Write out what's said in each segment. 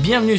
Bienvenue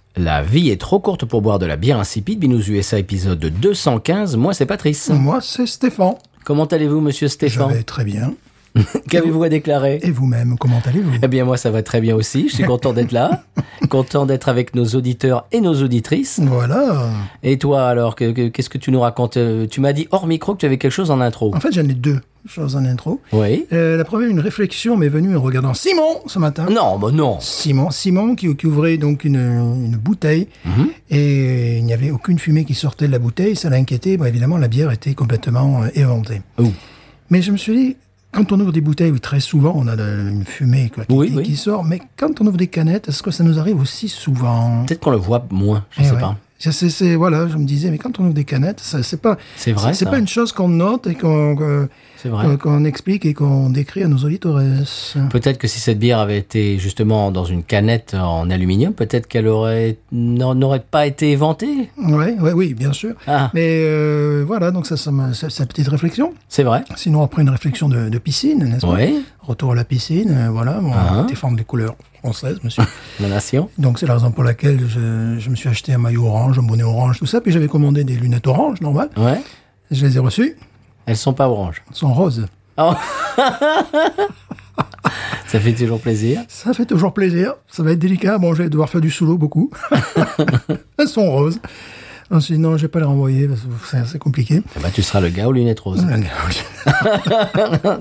La vie est trop courte pour boire de la bière insipide. Binous USA épisode 215. Moi, c'est Patrice. Moi, c'est Stéphane. Comment allez-vous, monsieur Je Stéphane vais très bien. Qu'avez-vous à déclarer Et vous-même, comment allez-vous Eh bien moi ça va très bien aussi, je suis content d'être là, content d'être avec nos auditeurs et nos auditrices. Voilà. Et toi alors, que- que- qu'est-ce que tu nous racontes Euh, Tu m'as dit hors micro que tu avais quelque chose en intro. En fait, j'en ai deux choses en intro. Ah. Oui. Euh, la première, une réflexion m'est venue en regardant Simon ce matin. Non, bah non. Simon, Simon qui, qui ouvrait donc une, une bouteille Mhm. et il n'y avait aucune fumée qui sortait de la bouteille, ça l'inquiétait. Bon, évidemment, la bière était complètement euh, éventée. Ouh. Mais je me suis dit, quand on ouvre des bouteilles, oui, très souvent, on a de- une fumée quoi, qui, Oui, qui- oui. qui sort. Mais quand on ouvre des canettes, est-ce que ça nous arrive aussi souvent Peut-être qu'on le voit moins, je Eh sais ouais. pas. C'est- c'est- c'est- voilà, je me disais, mais quand on ouvre des canettes, ça, c'est pas, C'est vrai, c'est ça. pas une chose qu'on note et qu'on, que- C'est vrai. qu'on explique et qu'on décrit à nos auditeurs. Peut-être que si cette bière avait été justement dans une canette en aluminium, peut-être qu'elle aurait n'en- n'aurait pas été éventée. Ouais, ouais, oui, bien sûr. Ah. Mais euh, voilà, donc ça, ça, m'a- ça- cette petite réflexion. C'est vrai. Sinon, après une réflexion de, de piscine, n'est-ce pas Oui. Retour à la piscine, euh, voilà, bon, Ah. défendre les couleurs françaises, monsieur. La nation. donc c'est la raison pour laquelle je, je me suis acheté un maillot orange, un bonnet orange, tout ça. Puis j'avais commandé des lunettes oranges, normal. Ouais. Je les ai reçues, Elles sont pas oranges. elles sont roses. Oh. ça fait toujours plaisir. Ça fait toujours plaisir. Ça va être délicat à manger, devoir faire du sous-l'eau beaucoup. Elles sont roses. Ensuite, non, je vais pas les renvoyer parce que c'est c'est compliqué. Eh ben, tu seras le gars aux lunettes roses. Ah,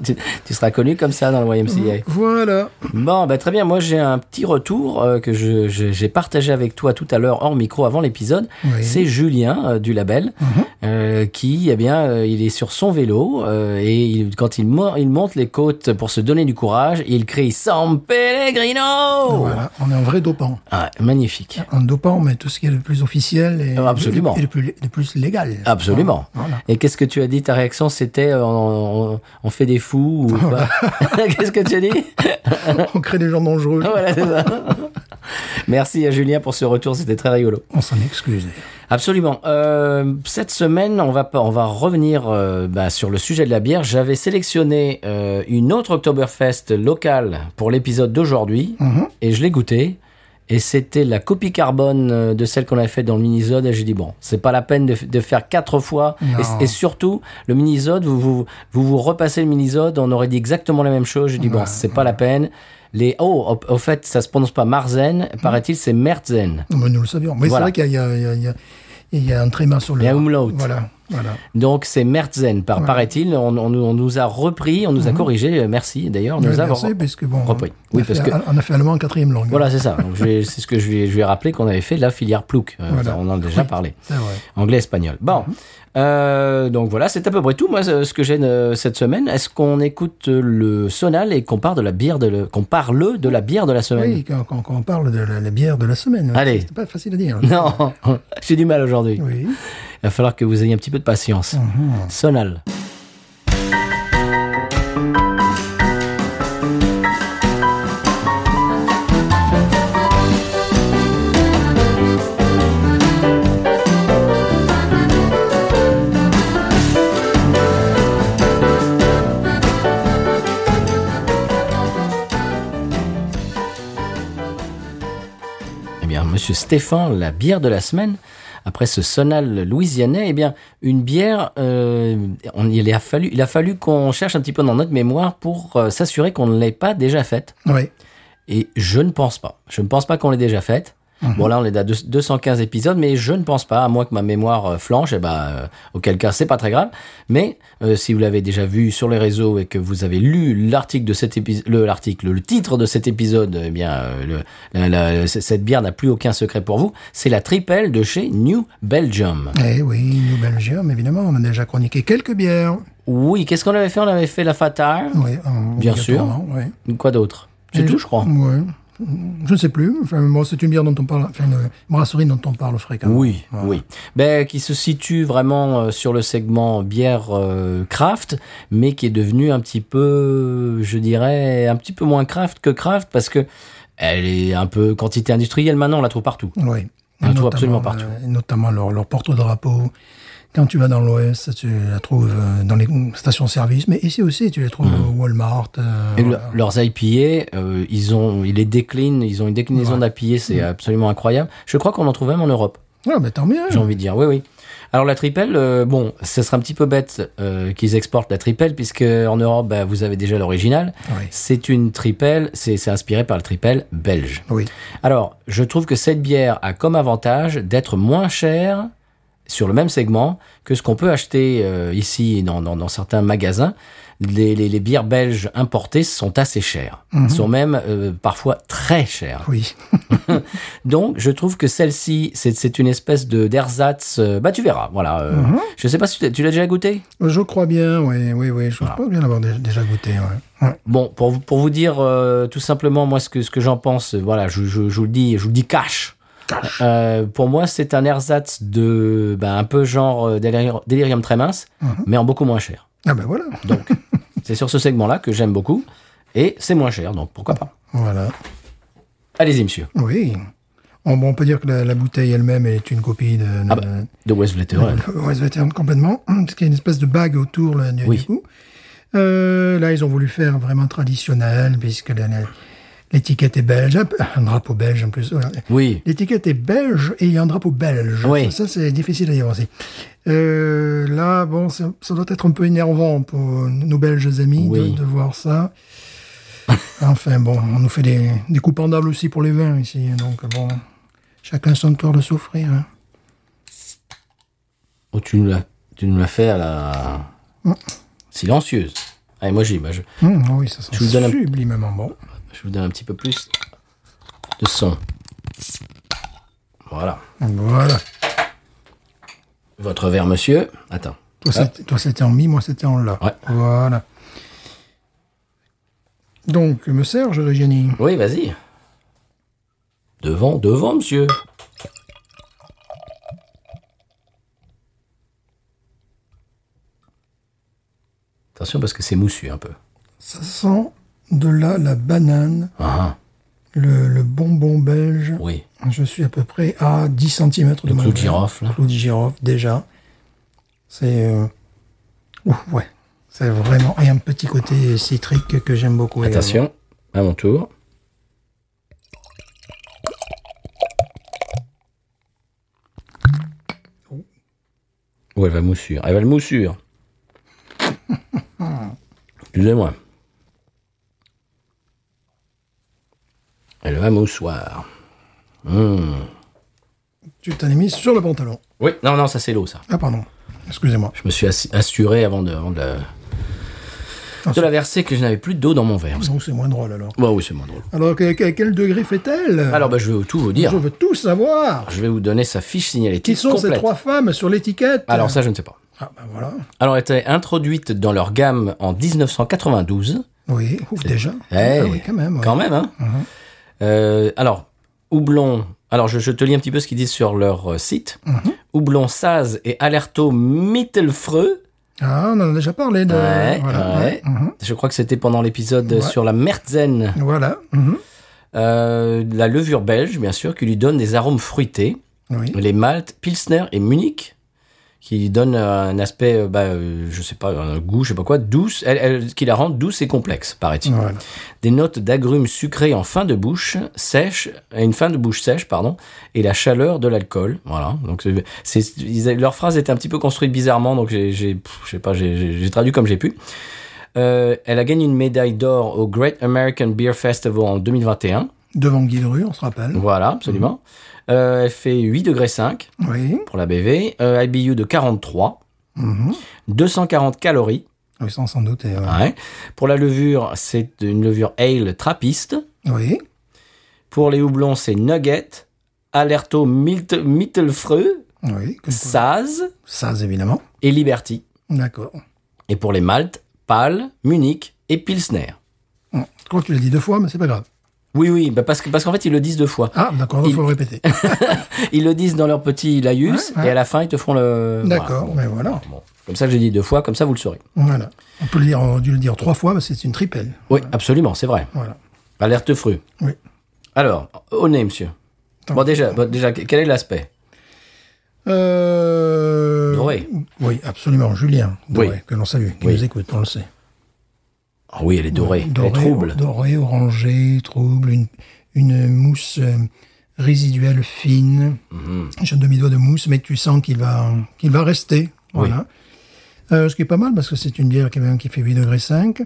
tu, tu seras connu comme ça dans le YMCA. Voilà. Bon, bah, très bien. Moi, j'ai un petit retour euh, que je- je- j'ai partagé avec toi tout à l'heure hors micro avant l'épisode. Oui. Mhm. C'est Julien euh, du label euh, qui, eh bien, euh, il est sur son vélo euh, et il- quand il, mo- il monte les côtes pour se donner du courage, il crie San Pellegrino. Voilà. On est un vrai dopant. Ah, magnifique. Un dopant, mais tout ce qui est le plus officiel et, Ah, Absolument. et le, plus, le plus légal. Absolument. Voilà. Et qu'est-ce que tu as dit Ta réaction, c'était euh, on, on- on fait des fous ou quoi Qu'est-ce que tu as dit On crée des gens dangereux. Voilà, c'est ça. Merci à Julien pour ce retour, c'était très rigolo. On s'en excuse. Absolument. Euh, cette semaine, on va, pas- on va revenir euh, bah, sur le sujet de la bière. J'avais sélectionné euh, une autre Oktoberfest locale pour l'épisode d'aujourd'hui Mhm. et je l'ai goûtée. Et c'était la copie carbone euh, de celle qu'on avait faite dans le mini-zode. Et j'ai dit, bon, c'est pas la peine de, de faire quatre fois. Non. Et, et surtout, le mini-zode, vous vous, vous vous repassez le mini-zode, on aurait dit exactement la même chose. J'ai dit, bon, c'est pas la peine. Les, oh, au, au fait, ça se prononce pas Marzen, paraît-il, c'est Merzen. Non, mais nous le savions. Mais Voilà. c'est vrai qu'il y a, il y a- il y a- il y a un tréma sur le. Il y a umlaut. Voilà. Voilà. Donc c'est Merzen, par- paraît-il. On, on nous- on nous a repris, on nous a corrigé. euh, Merci d'ailleurs. de Oui, Nous avons. Mhm. merci, puisque bon. repris. On, Oui, a parce fait, que- on a fait allemand en quatrième langue. Voilà, c'est ça. Donc, je vais- c'est ce que je lui, ai- je lui ai rappelé qu'on avait fait la filière Plouc. Euh, Voilà. ça, On en a déjà Oui. Mhm. parlé. C'est vrai. Anglais, espagnol. Bon. Euh, donc voilà, c'est à peu près tout. Moi, ce ce que j'ai euh, cette semaine, est-ce qu'on écoute le sonal et qu'on parle de la bière de le, qu'on parle de la bière de la semaine Oui, quand, quand- quand on parle de la, la bière de la semaine. hein, Allez. C'est pas facile à dire. Non, j'ai du mal aujourd'hui. Oui. Mhm. Il va falloir que vous ayez un petit peu de patience. Sonal. Eh bien, Monsieur Stéphane, la bière de la semaine, après ce sonal louisianais, eh bien, une bière, euh, on, il, a fallu, il a fallu qu'on cherche un petit peu dans notre mémoire pour euh, s'assurer qu'on ne l'ait pas déjà faite. Oui. Et je ne pense pas. Je ne pense pas qu'on l'ait déjà faite. Bon, là, on est à deux- 215 épisodes, mais je ne pense pas, à moins que ma mémoire euh, flanche, et bah, auquel cas, c'est pas très grave. Mais euh, si vous l'avez déjà vu sur les réseaux et que vous avez lu l'article de cet épisode, l'article, le titre de cet épisode, eh bien, euh, le- la- la- c- cette bière n'a plus aucun secret pour vous. C'est la tripelle de chez New Belgium. Eh oui, New Belgium, évidemment, on a déjà chroniqué quelques bières. Oui, qu'est-ce qu'on avait fait On avait fait la Fatar. Oui, en- Bien sûr. obligatoirement, Oui. Quoi d'autre C'est Et- tout, je crois. Oui. je ne sais plus. Enfin, bon, c'est une bière dont on parle, enfin, une brasserie dont on parle fréquemment. Oui, Voilà. oui. Ben, qui se situe vraiment euh, sur le segment bière euh, craft, mais qui est devenu un petit peu, je dirais, un petit peu moins craft que craft parce que elle est un peu quantité industrielle maintenant, on la trouve partout. Oui. On la trouve absolument euh, partout. et notamment leur, leur porte-drapeau. Quand tu vas dans l'Ouest, tu la trouves euh, dans les stations-service, mais ici aussi, tu les trouves au Walmart. euh, Hmm. Et le- voilà. leurs IPA, euh, ils ont, ils les déclinent, ils ont une déclinaison d'IPA, Mm. c'est absolument incroyable. Je crois qu'on en trouve même en Europe. Ouais, Ah, mais tant mieux. J'ai envie de dire, oui, oui. Alors la tripelle, euh, bon, ce sera un petit peu bête euh, qu'ils exportent la tripelle, puisque en Europe, bah, vous avez déjà l'original. Oui. C'est une tripelle, c'est c'est inspiré par la tripelle belge. Oui. Alors, je trouve que cette bière a comme avantage d'être moins chère sur le même segment que ce qu'on peut acheter euh, ici dans, dans, dans certains magasins. Les, les, les bières belges importées sont assez chères, sont même euh, parfois très chères. Oui. Donc, je trouve que celle-ci, c'est c'est une espèce de d'ersatz. euh, bah, tu verras. Voilà. euh, Je sais pas si tu l'as- tu l'as déjà goûté. Je crois bien, oui, oui, oui. Je Ah. crois bien l'avoir dé- déjà goûté. ouais. Ouais. Bon, pour, vous- pour vous dire euh, tout simplement moi ce que ce que j'en pense. euh, Voilà, je, je, je vous le dis, je vous le dis cash. Cash. Euh, pour moi, c'est un ersatz de bah, un peu genre euh, Delir- délirium très mince, mais en beaucoup moins cher. Ah ben voilà. Donc, c'est sur ce segment-là que j'aime beaucoup et c'est moins cher. Donc, pourquoi pas Voilà. Allez-y, monsieur. Oui. On, bon, on peut dire que la, la bouteille elle-même est une copie de, Ah bah, de West Vletter. de- de West Veteran complètement, parce qu'il y a une espèce de bague autour là, du, Oui. du coup. Euh, là, ils ont voulu faire vraiment traditionnel, puisque la- la- l'étiquette est belge, Hop, un drapeau belge en plus. voilà. Oui. L'étiquette est belge et il y a un drapeau belge. Oui. Ça, c'est difficile à dire aussi. Euh, là, bon, ça, ça doit être un peu énervant pour nos belges amis de- Oui. de, voir ça. enfin, bon, on nous fait des, des coups pendables aussi pour les vins ici. hein, Donc, bon, chacun son tour de souffrir. hein. Oh, tu nous l'as, tu nous l'as fait à la silencieuse. Allez, moi j'y vais. Je, Hum, ah oui, ça sent Je vous donne un- sublimement bon. je vous donne un petit peu plus de son. Voilà. Voilà. Votre verre, monsieur. Attends. Toi, c'était- toi, c'était en mi, moi, c'était en la. Ah. Ouais. Voilà. Donc, me Serge Reggiani. Oui, vas-y. Devant, devant, monsieur. Attention parce que c'est moussu un peu. Ça sent de là la banane. Ah, le, le bonbon belge. oui. Je suis à peu près à 10 cm de Le ma clou de bouche. girofle. Clou de girofle, déjà. C'est. euh, ouh, ouais. C'est vraiment. Et un petit côté citrique que- que j'aime beaucoup. également. Attention, à mon tour. Oh, elle va moussure. Elle va le moussure. Excusez-moi. Elle va moussoir. euh, Tu t'en es mis sur le pantalon. Oui, non, non, ça c'est l'eau, ça. Ah, pardon. Excusez-moi. Je me suis assi- assuré avant de, avant de la, de la verser que je n'avais plus d'eau dans mon verre. Donc c'est moins drôle alors. Bah oui, c'est moins drôle. Alors, que- que- quel degré fait-elle Alors, bah, je vais tout vous dire. Je veux tout savoir. Je vais vous donner sa fiche signalétique Qui sont complète. ces trois femmes sur l'étiquette Alors ça, je ne sais pas. Ah, ben voilà. Alors, elle était introduite dans leur gamme en 1992. Oui, ouf, déjà. Eh, Ah oui, quand même. ouais. Quand même, hein Euh, Alors, Houblon... Alors, je, je te lis un petit peu ce qu'ils disent sur leur euh, site. Houblon Saz et Alerto Mittelfreux. Ah, on en a déjà parlé de. Ouais, voilà. ouais. Mhm. Je crois que c'était pendant l'épisode sur la Mertzen. Voilà. Mhm. Euh, la levure belge, bien sûr, qui lui donne des arômes fruités. Oui. les maltes Pilsner et Munich qui donnent un aspect, euh, bah, euh, je sais pas, un goût, je sais pas quoi, douce, elle, elle- qui la rend douce et complexe, paraît-il. Voilà. Des notes d'agrumes sucrés en fin de bouche, sèche, une fin de bouche sèche, pardon, et la chaleur de l'alcool. Voilà. Donc, c'est- c'est- ils- leur phrase était un petit peu construite bizarrement, donc j'ai, j'ai- pff, je sais pas, j'ai- j'ai j'ai traduit comme j'ai pu. Euh, elle a gagné une médaille d'or au Great American Beer Festival en 2021. Devant Guy Lerue, on se rappelle. Voilà, absolument. Euh, elle fait 8 degrés 5 Oui. Mhm. pour la BV, euh, IBU de 43, 240 calories. Oui, sans s'en douter. ouais. Ouais. Pour la levure, c'est une levure ale trappiste. Oui. Pour les houblons, c'est Nugget, Alerto Milt- Mittelfreux, Oui. comme quoi. Saz Ça, c'est évidemment. et Liberty. D'accord. Et pour les maltes, Pâle, Munich et Pilsner. Hum. Je crois que tu l'as dit deux fois, mais c'est pas grave. Oui, oui, bah parce que parce qu'en fait, ils le disent deux fois. Ah, d'accord, il Il- faut le répéter. Ils le disent dans leur petit laïus, Ouais, ouais. et à la fin, ils te font le. D'accord, Voilà, mais voilà. bon. Comme ça, je l'ai dit deux fois, comme ça, vous le saurez. Voilà. On peut le dire, on a dû le dire trois fois, parce que c'est une tripelle. Oui, absolument, c'est vrai. Voilà. Alerte fru. Oui. Alors, au nez, monsieur. Attends. Bon, déjà, bon, déjà quel est l'aspect Euh... Doré. Oui, absolument. Julien, Doré, Oui. que l'on salue, qui Oui. nous écoute, on le sait. Ah oui, elle est dorée. Doré, elle est trouble. Doré, orangé, trouble, une, une mousse euh, résiduelle fine. Mhm. J'ai un demi-doigt de mousse, mais tu sens qu'il va, qu'il va rester. Voilà. Euh, ce qui est pas mal, parce que c'est une bière quand même qui fait 8 degrés 5.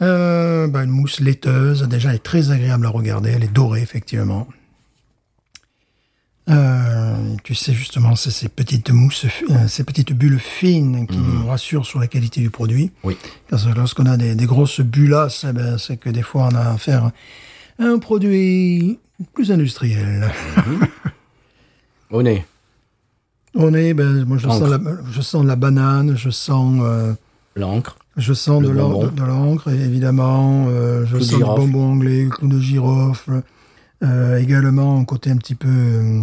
Euh, bah, une mousse laiteuse, déjà elle est très agréable à regarder, elle est dorée effectivement. Euh, tu sais justement, c'est ces petites mousses, fi- euh, ces petites bulles fines qui Mhm. nous rassurent sur la qualité du produit. Oui. Parce que lorsqu'on a des, des grosses bullasses, eh ben, c'est que des fois on a affaire à un produit plus industriel. Au nez. On est, ben, moi je Encre. sens, la, je sens la banane, je sens, euh, L'encre. je sens Le de l'en- bonbon. de l'encre, et évidemment, euh, je Clou de sens du girofle. bonbon anglais, clou de girofle, euh, également un côté un petit peu euh,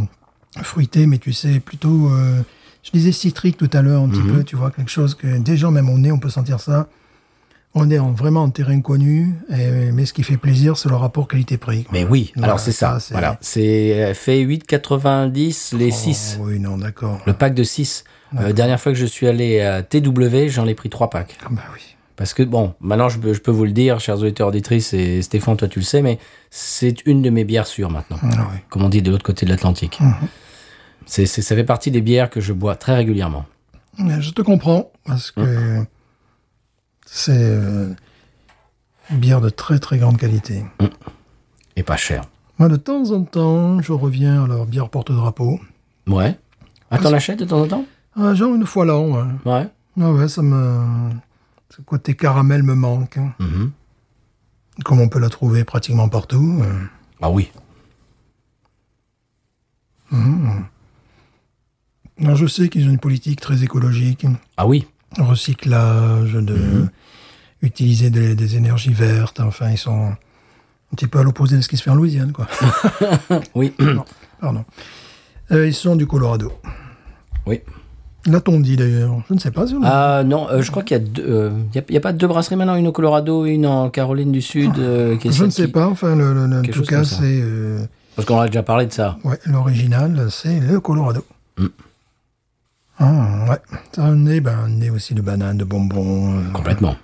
fruité, mais tu sais, plutôt, euh, je disais citrique tout à l'heure un Mhm. petit peu, tu vois, quelque chose que déjà même au nez, on peut sentir ça. On est en, vraiment en terrain connu, et- mais ce qui fait plaisir, c'est le rapport qualité-prix. quoi. Mais oui, Voilà, alors c'est ça. ça, c'est- voilà. C'est euh, fait 8,90 les 6. Oh, oui, non, d'accord. Le pack de 6. dernière fois que je suis allé à TW, j'en ai pris 3 packs. Ah, bah oui. Parce que bon, maintenant je peux, je peux vous le dire, chers auditeurs, auditrices, et Stéphane, toi tu le sais, mais c'est une de mes bières sûres maintenant. Ah, oui. Comme on dit de l'autre côté de l'Atlantique. C'est- c'est- ça fait partie des bières que je bois très régulièrement. Mais Je te comprends, parce Ah. que c'est euh, une bière de très très grande qualité. Et pas cher. Moi, de temps en temps, je reviens à leur bière porte-drapeau. Ouais. Ah, t'en achètes de temps en temps Ah, genre une fois l'an. Ouais. Ouais. Ah ouais, ça me. Ce côté caramel me manque. hein. Mhm. Comme on peut la trouver pratiquement partout. euh. Ah oui. Non, je sais qu'ils ont une politique très écologique. Ah oui. recyclage, de utiliser des, des énergies vertes. Enfin, ils sont un petit peu à l'opposé de ce qui se fait en Louisiane, quoi. Oui. Non, pardon. Euh, ils sont du Colorado. oui. L'a-t-on dit d'ailleurs Je ne sais pas. si on- Ah non, euh, je crois qu'il y a deux. euh, Il n'y a, il y a pas deux brasseries maintenant, une au Colorado, une en Caroline du Sud. euh, qui est je celle ne sais qui- pas. Enfin, le, le- le- en Quelque tout chose comme cas, ça. c'est euh, Parce qu'on a déjà parlé de ça. ouais, l'original, c'est le Colorado. Mm. Ah, ouais. Ça a un nez, ben, un nez aussi de banane, de bonbons. euh, Complètement.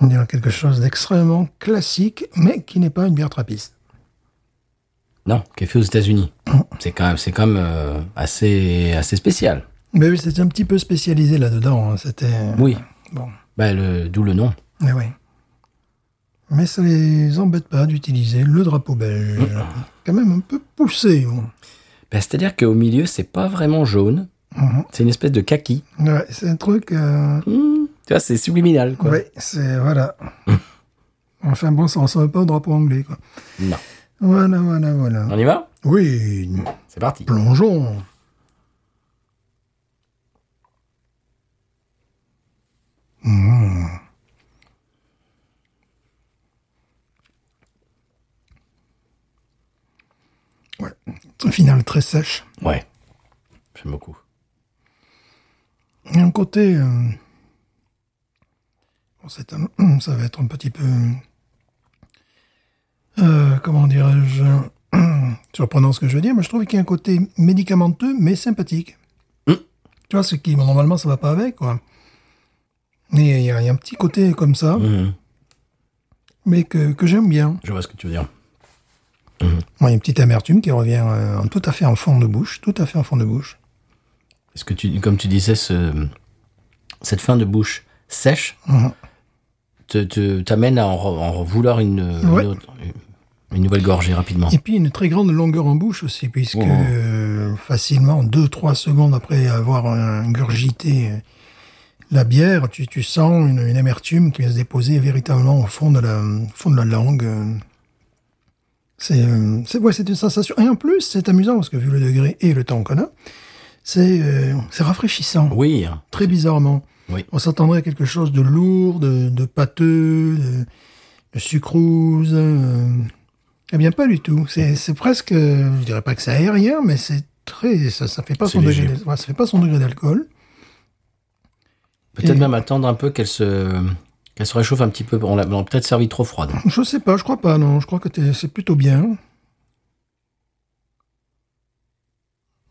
on dirait quelque chose d'extrêmement classique, mais qui n'est pas une bière trappiste. Non, qui est fait aux États-Unis. C'est quand même, c'est quand même euh, assez, assez spécial. Mais oui, c'était un petit peu spécialisé là-dedans. hein. C'était. Oui. Bon, Bah, le, d'où le nom. mais oui. Mais ça les embête pas d'utiliser le drapeau belge. Mm. Quand même un peu poussé. bon. Bah, c'est-à-dire qu'au milieu, c'est pas vraiment jaune. Mhm. C'est une espèce de kaki. Ouais, c'est un truc. euh, Mmh. Tu vois, c'est subliminal, quoi. ouais, c'est. Voilà. enfin bon, ça ressemble pas au drapeau anglais, quoi. Non. Voilà, voilà, voilà. On y va Oui, C'est parti. plongeons. Hmm. Mmh. Ouais, un final très sèche. Ouais. J'aime beaucoup. Il y a un côté. euh, bon, c'est un- ça va être un petit peu. euh, comment dirais-je Surprenant ce que je veux dire, mais je trouve qu'il y a un côté médicamenteux, mais sympathique. Mm. Tu vois, ce qui, bon, normalement, ça va pas avec, quoi. Mais il y, a il y a un petit côté comme ça, Mhm. mais que, que j'aime bien. Je vois ce que tu veux dire. Bon, Il y a une petite amertume qui revient euh, en- tout à fait en fond de bouche, tout à fait en fond de bouche. Parce que tu, comme tu disais, ce- cette fin de bouche sèche Mhm. te, te- t'amène à en, re- en vouloir une, une Ouais. autre- une nouvelle gorgée rapidement. Et puis une très grande longueur en bouche aussi, puisque Oh. euh, facilement, 2-3 secondes après avoir ingurgité euh, la bière, tu, tu sens une, une amertume qui vient se déposer véritablement au fond de la, au fond de la langue. euh. C'est euh, c'est- ouais, c'est une sensation. Et en plus, c'est amusant, parce que vu le degré et le temps qu'on a, c'est euh, c'est rafraîchissant, Oui. très bizarrement. Oui. On s'attendrait à quelque chose de lourd, de, de pâteux, de- le sucrose. euh, eh bien, pas du tout. C'est c'est presque, euh, je dirais pas que c'est aérien, mais c'est très, ça, ça fait pas C'est son degré, léger. d'al- ouais, ça fait pas son degré d'alcool. Peut-être Et- même attendre un peu qu'elle se, qu'elle se réchauffe un petit peu. On l'a on l'a peut-être servi trop froide. Je sais pas, je crois pas, non. Je crois que t'es- c'est plutôt bien.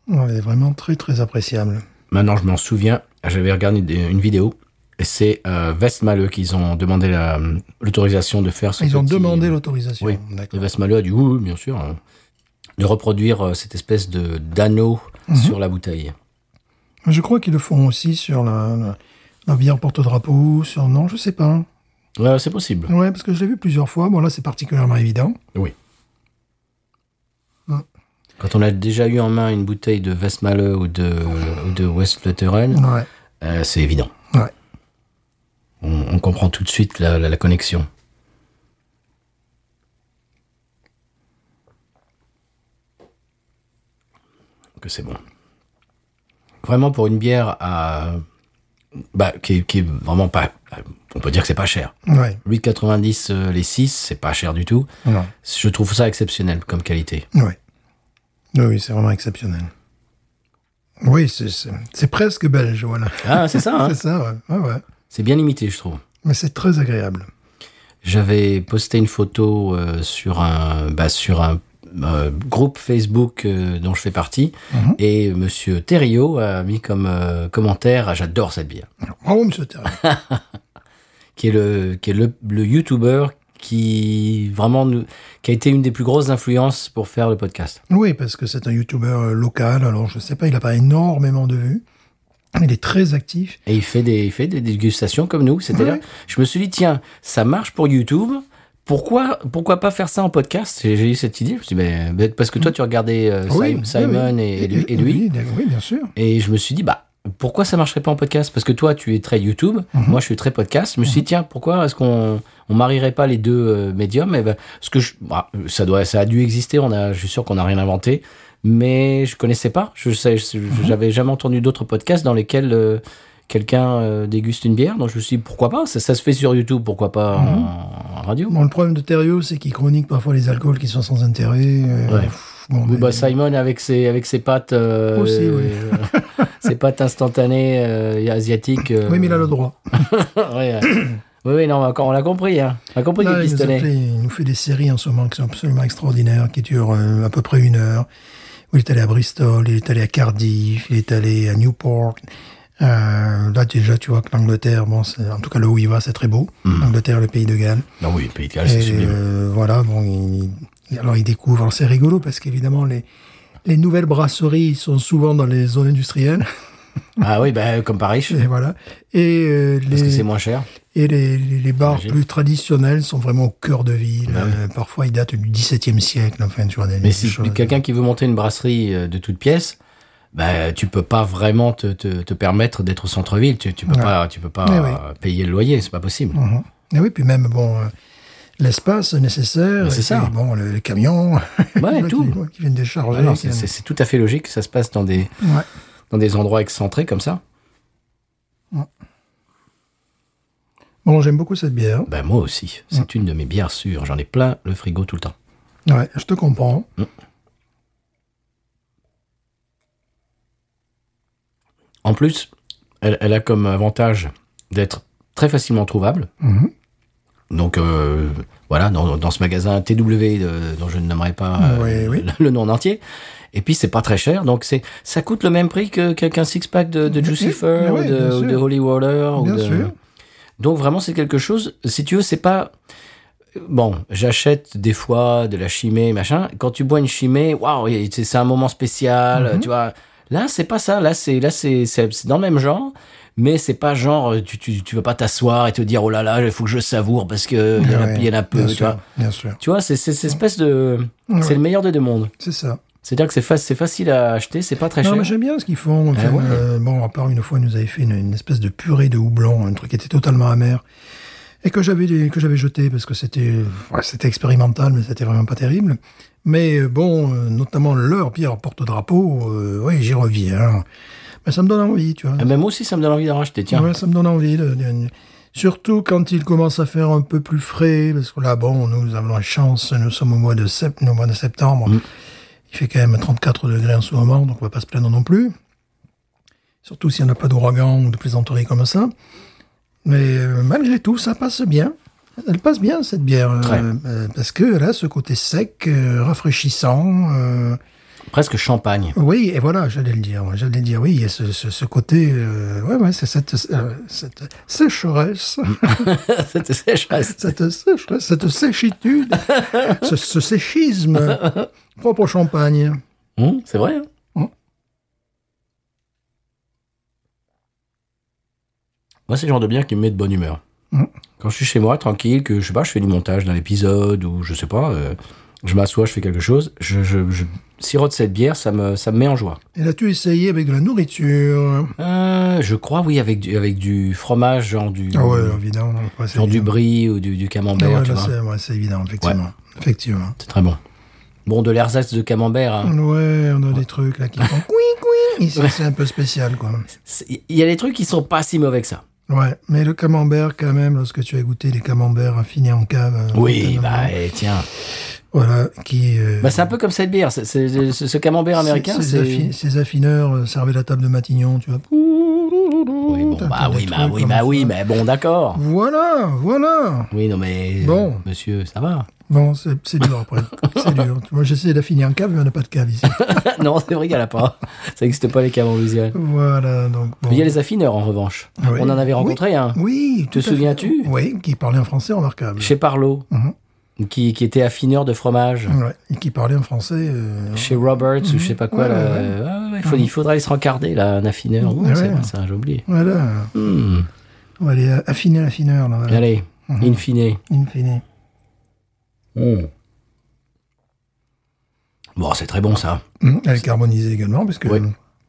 Ouais, elle est vraiment très très appréciable. Maintenant, je m'en souviens, j'avais regardé des- une vidéo. et C'est euh, Vestmaleux qu'ils ont demandé la- l'autorisation de faire ce Ils ont petit- demandé l'autorisation. Oui. D'accord. Et Vestmaleux a dit oui, oui, bien sûr, hein, de reproduire euh, cette espèce de d'anneau Mhm. sur la bouteille. Je crois qu'ils le font aussi sur la, la, la bière porte-drapeau, sur... Non, je sais pas. Ouais, c'est possible. Ouais, parce que je l'ai vu plusieurs fois. Bon, là, c'est particulièrement évident. Oui. Mm. Quand on a déjà eu en main une bouteille de Westmalle ou de, ou de Westflutteren, Ouais. euh, c'est évident. Ouais. On, on comprend tout de suite la, la- la connexion. Que c'est bon. Vraiment pour une bière à, bah, qui, est- qui est vraiment pas. On peut dire que c'est pas cher. Ouais. 8,90 euh, les 6, c'est pas cher du tout. Non. Je trouve ça exceptionnel comme qualité. Ouais. Ah Oui, oui, c'est vraiment exceptionnel. Oui, c'est- c'est c'est presque belge, voilà. Ah, c'est ça, hein c'est ça, ouais. Ouais, ouais. C'est bien limité, je trouve. Mais c'est très agréable. J'avais posté une photo euh, sur un, bah, sur un euh, groupe Facebook euh, dont je fais partie, Mhm. et Monsieur Thériault a mis comme euh, commentaire ah, J'adore cette bière, Bravo, Ah monsieur Terry. qui est le, qui est le, le YouTuber qui vraiment nous- qui a été une des plus grosses influences pour faire le podcast. oui, parce que c'est un youtubeur euh, local. Alors, je sais pas, il a pas énormément de vues. Il est très actif. Et il fait des, il fait des dégustations comme nous. C'est-à-dire, Ouais. je me suis dit Tiens, ça marche pour YouTube. Pourquoi, pourquoi pas faire ça en podcast J'ai j'ai eu cette idée. Je me suis dit, Ben, ben, parce que toi, tu regardais euh, Mm. Oui, Sim- Simon oui, oui. et- et lui- et lui. Oui, d'ailleurs, oui, bien sûr. Et je me suis dit, bah, pourquoi ça marcherait pas en podcast Parce que toi, tu es très YouTube, Mhm. moi, je suis très podcast. Je me suis dit, tiens, pourquoi est-ce qu'on on marierait pas les deux euh, médiums Et ben, ce que je, bah, ça doit, ça a dû exister. On a, je suis sûr qu'on n'a rien inventé, mais je connaissais pas. Je sais, je- Mhm. j'avais jamais entendu d'autres podcasts dans lesquels euh, quelqu'un euh, déguste une bière. Donc je me suis dit, pourquoi pas ça, ça se fait sur YouTube, pourquoi pas Mhm. en, en radio Bon, le problème de Thériault, c'est qu'il chronique parfois les alcools qui sont sans intérêt. euh, Ouais. pff, bon, Ou mais- bah, Simon avec ses, avec ses pâtes, euh, Aussi, oui. euh, ses pâtes instantanées euh, asiatiques. euh, Oui, mais il a le droit. Ouais. oui, oui, non, mais encore, on l'a compris. Hein. On a compris Là, du il, nous a pistolet. fait- il nous fait des séries en ce moment qui sont absolument extraordinaires, qui durent euh, à peu près une heure. Où il est allé à Bristol, il est allé à Cardiff, il est allé à Newport. Euh, là, déjà, tu vois que l'Angleterre, bon, c'est- en tout cas, là où il va, c'est très beau. L'Angleterre, le pays de Galles. Non, oui, le pays de Galles, Mm. Ah, c'est Et, sublime. euh, voilà, bon, il- il- alors il découvre. Alors, C'est rigolo parce qu'évidemment, les, les nouvelles brasseries sont souvent dans les zones industrielles. Ah oui, bah, comme Paris, je- Et voilà. Et, euh, les, parce que c'est moins cher. et les, les- les bars J'imagine. plus traditionnels sont vraiment au cœur de ville. Ah oui. Euh, parfois, ils datent du XVIIe siècle. Enfin, tu vois, des, Mais des si choses. quelqu'un qui veut monter une brasserie euh, de toutes pièces, bah, tu peux pas vraiment te, te, te permettre d'être au centre-ville. Tu, tu peux Ouais. pas, tu peux pas Mais oui. euh, payer le loyer, c'est pas possible. Mhm. Et oui, puis même, bon, euh, l'espace nécessaire. Mais c'est Et ça. puis, Bon, le, les camions. Ouais, qui- tout. Qui, viennent décharger. Ah non, qui c'est- c'est viennent- c'est tout à fait logique que ça se passe dans des, Ouais. dans des endroits excentrés comme ça. Bon, j'aime beaucoup cette bière. Bah, moi aussi, c'est une de mes bières sûres. J'en ai plein le frigo tout le temps. Ouais, je te comprends. En plus, elle, elle a comme avantage d'être très facilement trouvable. Mhm. Donc euh, voilà, dans, dans ce magasin TW euh, dont je ne nommerai pas euh, Oui, oui. le- le nom en entier. Et puis c'est pas très cher, donc c'est ça coûte le même prix que quelqu'un six pack de, de Oui, Jucifer oui, ou, bien de, ou sûr. de Holy Water. ou Bien de- sûr. Donc vraiment c'est quelque chose. Si tu veux, c'est pas Bon, j'achète des fois de la chimée, machin. Quand tu bois une chimée, waouh, et c'est c'est un moment spécial, Mhm. tu vois. Là, c'est pas ça. Là, c'est là, c'est c'est c'est dans le même genre, mais c'est pas genre tu tu tu vas pas t'asseoir et te dire oh là là, il faut que je savoure parce que il y, en a- Ouais, il y en a peu, bien tu sûr, vois. Bien sûr. Tu vois, c'est c'est cette espèce de c'est Ouais. le meilleur des deux mondes. C'est ça. C'est-à-dire que c'est fa- c'est facile à acheter, c'est pas très Non, mais cher. Ah j'aime bien ce qu'ils font. Enfin, ouais. euh, bon, à part une fois, ils nous avaient fait une, une espèce de purée de houblon, un truc qui était totalement amer. Et que j'avais, que j'avais jeté parce que c'était, ouais, c'était expérimental, mais c'était vraiment pas terrible. Mais euh, bon, euh, notamment leur pierre porte-drapeau, euh, oui, j'y reviens. Mais ça me donne envie, tu vois. Ah, mais moi aussi, ça me donne envie d'en racheter. Tiens, Ouais, ça me donne envie. de- de- Surtout quand il commence à faire un peu plus frais, parce que là, bon, nous avons la chance, nous sommes au mois de, sept- au mois de septembre. Mm. Il fait quand même 34 degrés en ce moment, donc on va pas se plaindre non plus. Surtout s'il n'y en a pas d'ouragan ou de plaisanterie comme ça. Mais euh, malgré tout, ça passe bien. Elle passe bien, cette bière. euh, Très. euh, parce que elle a ce côté sec, euh, rafraîchissant. euh, Presque champagne. oui, et voilà, j'allais le dire. ouais, J'allais le dire, oui, il y a ce, ce- ce côté... euh, ouais, ouais, c'est cette, euh, cette sécheresse, Cette sécheresse. cette sécheresse, cette séchitude, ce, ce séchisme propre au champagne. Hum, c'est vrai. hein. Hum. Moi, c'est le genre de bière qui me met de bonne humeur. Hum. Quand je suis chez moi, tranquille, que je sais pas, je fais du montage d'un épisode ou je sais pas, euh, je m'assois, je fais quelque chose, je, je- je sirote cette bière, ça me, ça me met en joie. Et là, tu essayé avec de la nourriture Euh, je crois, oui, avec du, avec du fromage, genre du, Ah ouais, évidemment. ouais, c'est genre du évident. brie ou du, du Ah camembert, ouais, tu là, vois. c'est ouais, c'est évident, effectivement. Effectivement. C'est très bon. Bon, de l'ersatz de camembert, Hum. hein. Ouais, on a des trucs là qui font oui, oui. Ici, c'est un peu spécial, quoi. C'est- il y a des trucs qui sont pas si mauvais que ça. Ouais, mais le camembert, quand même, lorsque tu as goûté les camemberts affinés en cave. euh, Oui, notamment, bah eh, tiens. Voilà, qui. euh, Bah, c'est un peu comme cette bière. c'est- c'est- c'est- ce camembert ces- américain, ces, c'est. affi- ces affineurs euh, servaient la table de Matignon, tu vois. Oui, bon, T'as- bah t'as des oui, bah trucs oui, comme bah ça. oui, mais bon, d'accord. Voilà, voilà. Oui, non, mais. euh, Bon. Monsieur, ça va. Bon, c'est c'est dur après. c'est dur. Tu vois, j'essaie d'affiner en cave, mais on n'a pas de cave ici. non, c'est vrai qu'il n'y en a pas. Ça n'existe pas, les camembert voilà, donc bon. Il y a les affineurs, en revanche. Ah Oui. On en avait rencontré un. Oui. Te tout à fait. souviens-tu Oui, qui parlait en français remarquable. Chez Parlo. Mhm. Qui, qui était affineur de fromage. Ouais, et qui parlait en français. euh, Chez Roberts ou je sais pas quoi. Ouais, là, ouais, Mhm. Ah euh, ah, ouais, il, faut- il faudra aller se rencarder, là, un affineur. Ouais, Ouais. Mhm. C'est vrai, ça, j'ai oublié. Voilà. Hmm. On va aller affiner l'affineur, là. Voilà. Allez, Mhm. in fine. In fine. Mhm. Bon, c'est très bon ça. Mhm, Elle est carbonisée également, parce que. Oui.